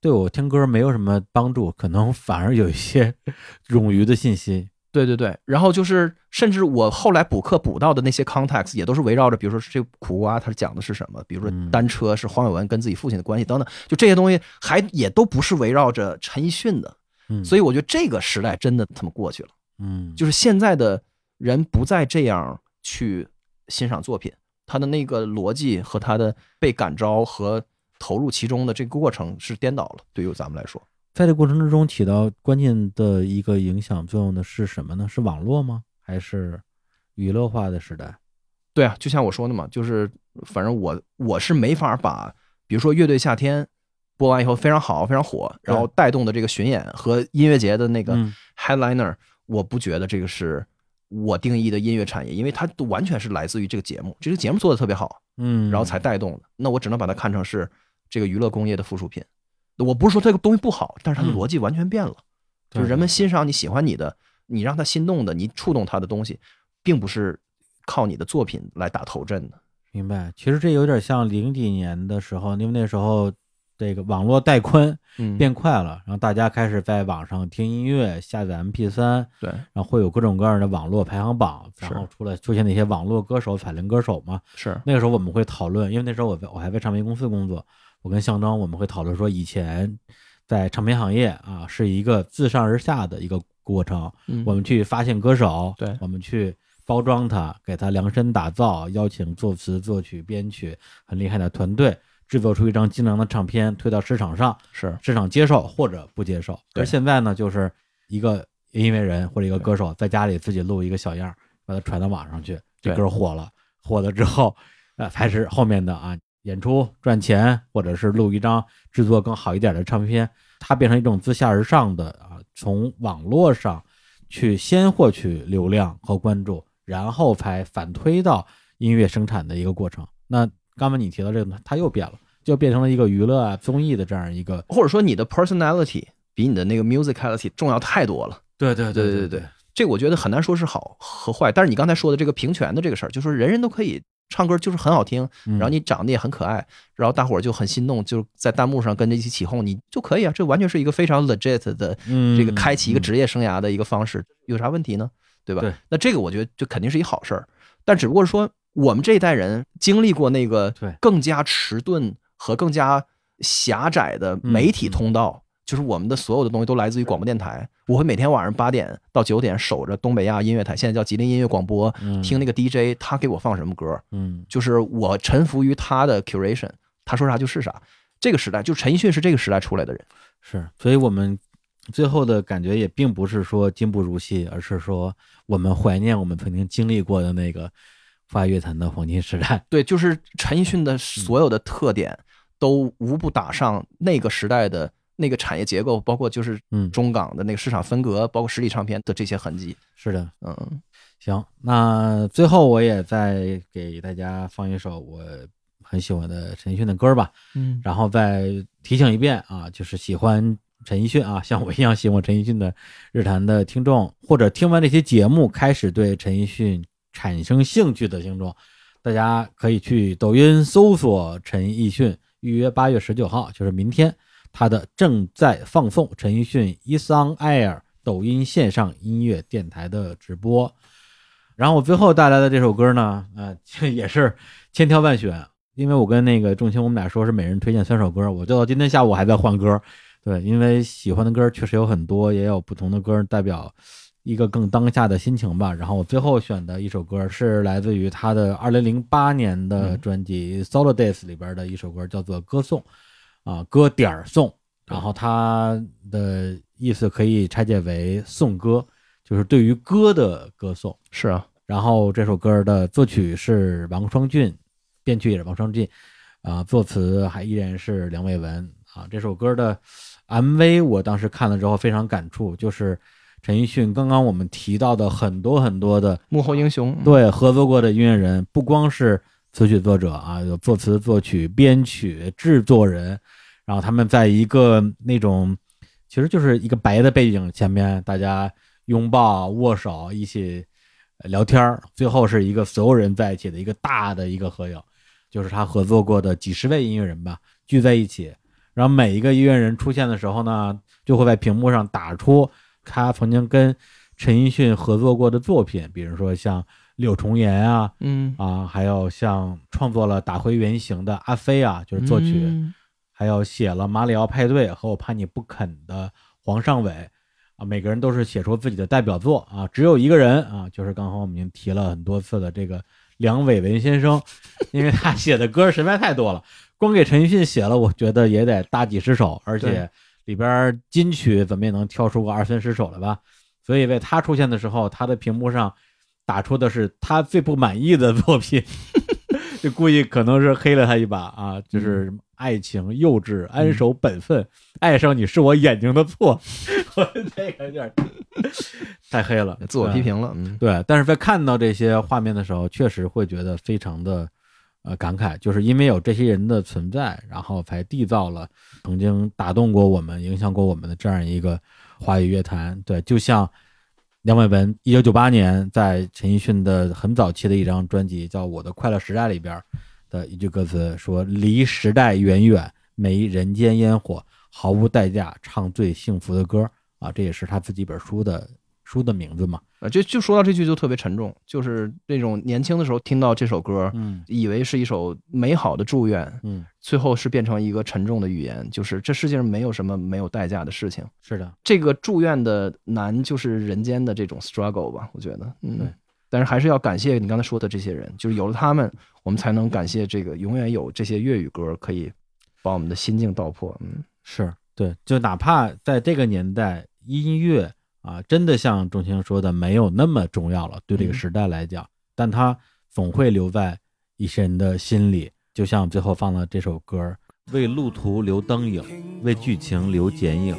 对我听歌没有什么帮助，可能反而有一些 [laughs] 冗余的信息。对对对，然后就是，甚至我后来补课补到的那些 context 也都是围绕着，比如说这苦瓜它讲的是什么，比如说嗯单车是黄伟文跟自己父亲的关系等等，就这些东西还也都不是围绕着陈奕迅的，嗯，所以以我觉得这个时代真的他妈过去了，嗯，就是现在的人不再这样去欣赏作品，他的那个逻辑和他的被感召和投入其中的这个过程是颠倒了，对于咱们来说，在这过程之中起到关键的一个影响作用的是什么呢？是网络吗？还是娱乐化的时代？对啊，就像我说的嘛，就是反正我我是没法把，比如说《乐队夏天》播完以后非常好、非常火，对然后带动的这个巡演和音乐节的那个嗯 headliner，、我不觉得这个是我定义的音乐产业，因为它都完全是来自于这个节目，这个节目做的特别好，嗯，然后才带动的。那我只能把它看成是这个娱乐工业的附属品。我不是说这个东西不好，但是它的嗯逻辑完全变了。对就是人们欣赏你喜欢你的，你让他心动的，你触动他的东西，并不是靠你的作品来打头阵的。明白。其实这有点像零几年的时候，因为那时候这个网络带宽嗯变快了，然后大家开始在网上听音乐、下载 MP 三，对然后会有各种各样的网络排行榜，然是后出来出现那些网络歌手、彩铃歌手嘛。是那个时候我们会讨论，因为那时候我在我还在唱片公司工作，我跟向征我们会讨论说，以前在唱片行业啊是一个自上而下的一个过程，我们去发现歌手，嗯对我们去包装他，给他量身打造，邀请作词、作曲、编曲很厉害的团队，制作出一张精良的唱片，推到市场上，是市场接受或者不接受。对而现在呢，就是一个音乐人或者一个歌手在家里自己录一个小样儿，把它传到网上去，这对歌火了，火了之后，呃，才是后面的啊演出赚钱，或者是录一张制作更好一点的唱片，它变成一种自下而上的啊，从网络上去先获取流量和关注，然后才反推到音乐生产的一个过程。那刚才你提到这个呢，它又变了。就变成了一个娱乐啊、综艺的这样一个或者说你的 personality 比你的那个 musicality 重要太多了。对对对对对，这个我觉得很难说是好和坏。但是你刚才说的这个平权的这个事儿，就说人人都可以唱歌，就是很好听，然然嗯后你长得也很可爱，然后大伙儿就很心动，就是在弹幕上跟着一起起哄，你就可以啊，这完全是一个非常 legit 的嗯这嗯个开启一个职业生涯的一个方式，有啥问题呢？对吧？对那这个我觉得就肯定是一好事儿，但只不过是说我们这一代人经历过那个对更加迟钝和更加狭窄的嗯媒体通道，就是我们的所有的东西都来自于广播电台。我会每天晚上八点到九点守着东北亚音乐台，现在叫吉林音乐广播，嗯听那个 DJ 他给我放什么歌，嗯就是我臣服于他的 curation，他说啥就是啥。这个时代，就陈奕迅是这个时代出来的人，是，所以我们最后的感觉也并不是说今不如昔，而是说我们怀念我们曾经经历过的那个华语乐坛的黄金时代。 [laughs] 对，就是陈奕迅的所有的特点都无不打上那个时代的那个产业结构，包括就是嗯中港的那个市场分隔，包括实体唱片的这些痕迹。是的，嗯，行，那最后我也再给大家放一首我很喜欢的陈奕迅的歌吧，嗯，然后再提醒一遍啊，就是喜欢。陈奕迅啊，像我一样喜欢陈奕迅的日坛的听众，或者听完这期节目开始对陈奕迅产生兴趣的听众，大家可以去抖音搜索陈奕迅，预约八月十九号，就是明天，他的正在放送陈奕迅 Is on Air 抖音线上音乐电台的直播。然后我最后带来的这首歌呢，呃，也是千挑万选，因为我跟那个仲卿我们俩说是每人推荐三首歌，我就到今天下午还在换歌。对，因为喜欢的歌确实有很多，也有不同的歌代表一个更当下的心情吧。然后我最后选的一首歌是来自于他的二零零八年的专辑《Solo Days》里边的一首歌，叫做《歌颂》，啊，歌点儿颂。然后它的意思可以拆解为颂歌，就是对于歌的歌颂。是啊，然后这首歌的作曲是王双俊，编曲也是王双俊，啊、作词还依然是梁伟文啊。这首歌的 MV 我当时看了之后非常感触，就是陈奕迅刚刚我们提到的很多很多的幕后英雄。，对合作过的音乐人，不光是词曲作者啊，有作词、作曲、编曲、制作人，然后他们在一个那种其实就是一个白的背景前面，大家拥抱、握手，一起呃聊天儿，最后是一个所有人在一起的一个大的一个合影，就是他合作过的几十位音乐人吧，聚在一起，然后每一个音乐人出现的时候呢，就会在屏幕上打出他曾经跟陈奕迅合作过的作品，比如说像《六重言》啊嗯，啊，还有像创作了《打回原形》的阿飞啊，就是作曲。嗯还有写了《马里奥派对》和《我怕你不肯》的黄尚伟啊，每个人都是写出自己的代表作啊，只有一个人啊，就是刚刚我们已经提了很多次的这个梁伟文先生，因为他写的歌实在太多了，光给陈奕迅写了，我觉得也得大几十首，而且对里边金曲怎么也能挑出个二三十首来吧，所以为他出现的时候，他的屏幕上打出的是他最不满意的作品。就故意可能是黑了他一把啊，就是嗯爱情、幼稚、安守本分，爱上你是我眼睛的错， [laughs] 我这个有点儿太黑了，自我批嗯评了。嗯，对，但是在看到这些画面的时候，确实会觉得非常的呃感慨，就是因为有这些人的存在，然后才缔造了曾经打动过我们、影响过我们的这样一个华语乐坛。对，就像梁伟文一九九八年在陈奕迅的很早期的一张专辑叫《我的快乐时代》里边的一句歌词说：“离时代远远，没人间烟火，毫无代价唱最幸福的歌。”啊，这也是他自己一本书的书的名字嘛。啊，就就说到这句就特别沉重，就是那种年轻的时候听到这首歌，嗯以为是一首美好的祝愿，嗯，最后是变成一个沉重的语言，就是这世界上没有什么没有代价的事情。是的。这个祝愿的难，就是人间的这种 struggle 吧，我觉得，对嗯，但是还是要感谢你刚才说的这些人，就是有了他们，我们才能感谢这个永远有这些粤语歌可以把我们的心境道破，嗯，是对，就哪怕在这个年代，音乐啊，真的像钟情说的，没有那么重要了，对这个嗯时代来讲，但它总会留在一些人的心里。就像最后放的这首歌，为路途留灯影，为剧情留剪影，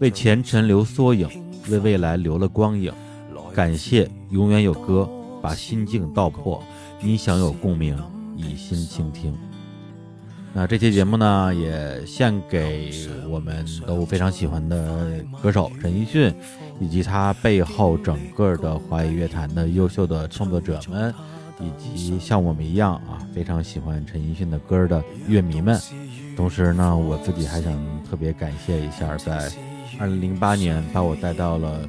为前尘留缩影，为未来留了光影。感谢永远有歌，把心境道破，你想有共鸣，以心倾听。那这期节目呢，也献给我们都非常喜欢的歌手陈奕迅，以及他背后整个的华语乐坛的优秀的创作者们，以及像我们一样啊非常喜欢陈奕迅的歌的乐迷们。同时呢，我自己还想特别感谢一下，在二零零八年把我带到了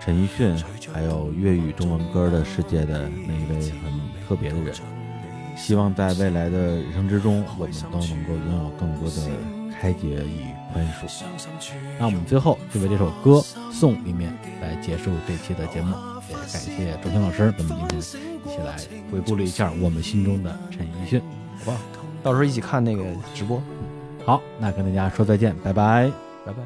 陈奕迅还有粤语中文歌的世界的那一位很特别的人。希望在未来的人生之中，我们都能够拥有更多的开解与宽恕。那我们最后就为这首歌《送一面》来结束这期的节目，也感谢周平老师，咱们今天一起来回顾了一下我们心中的陈奕迅，好不好？到时候一起看那个直播，好，那跟大家说再见，拜拜。拜拜。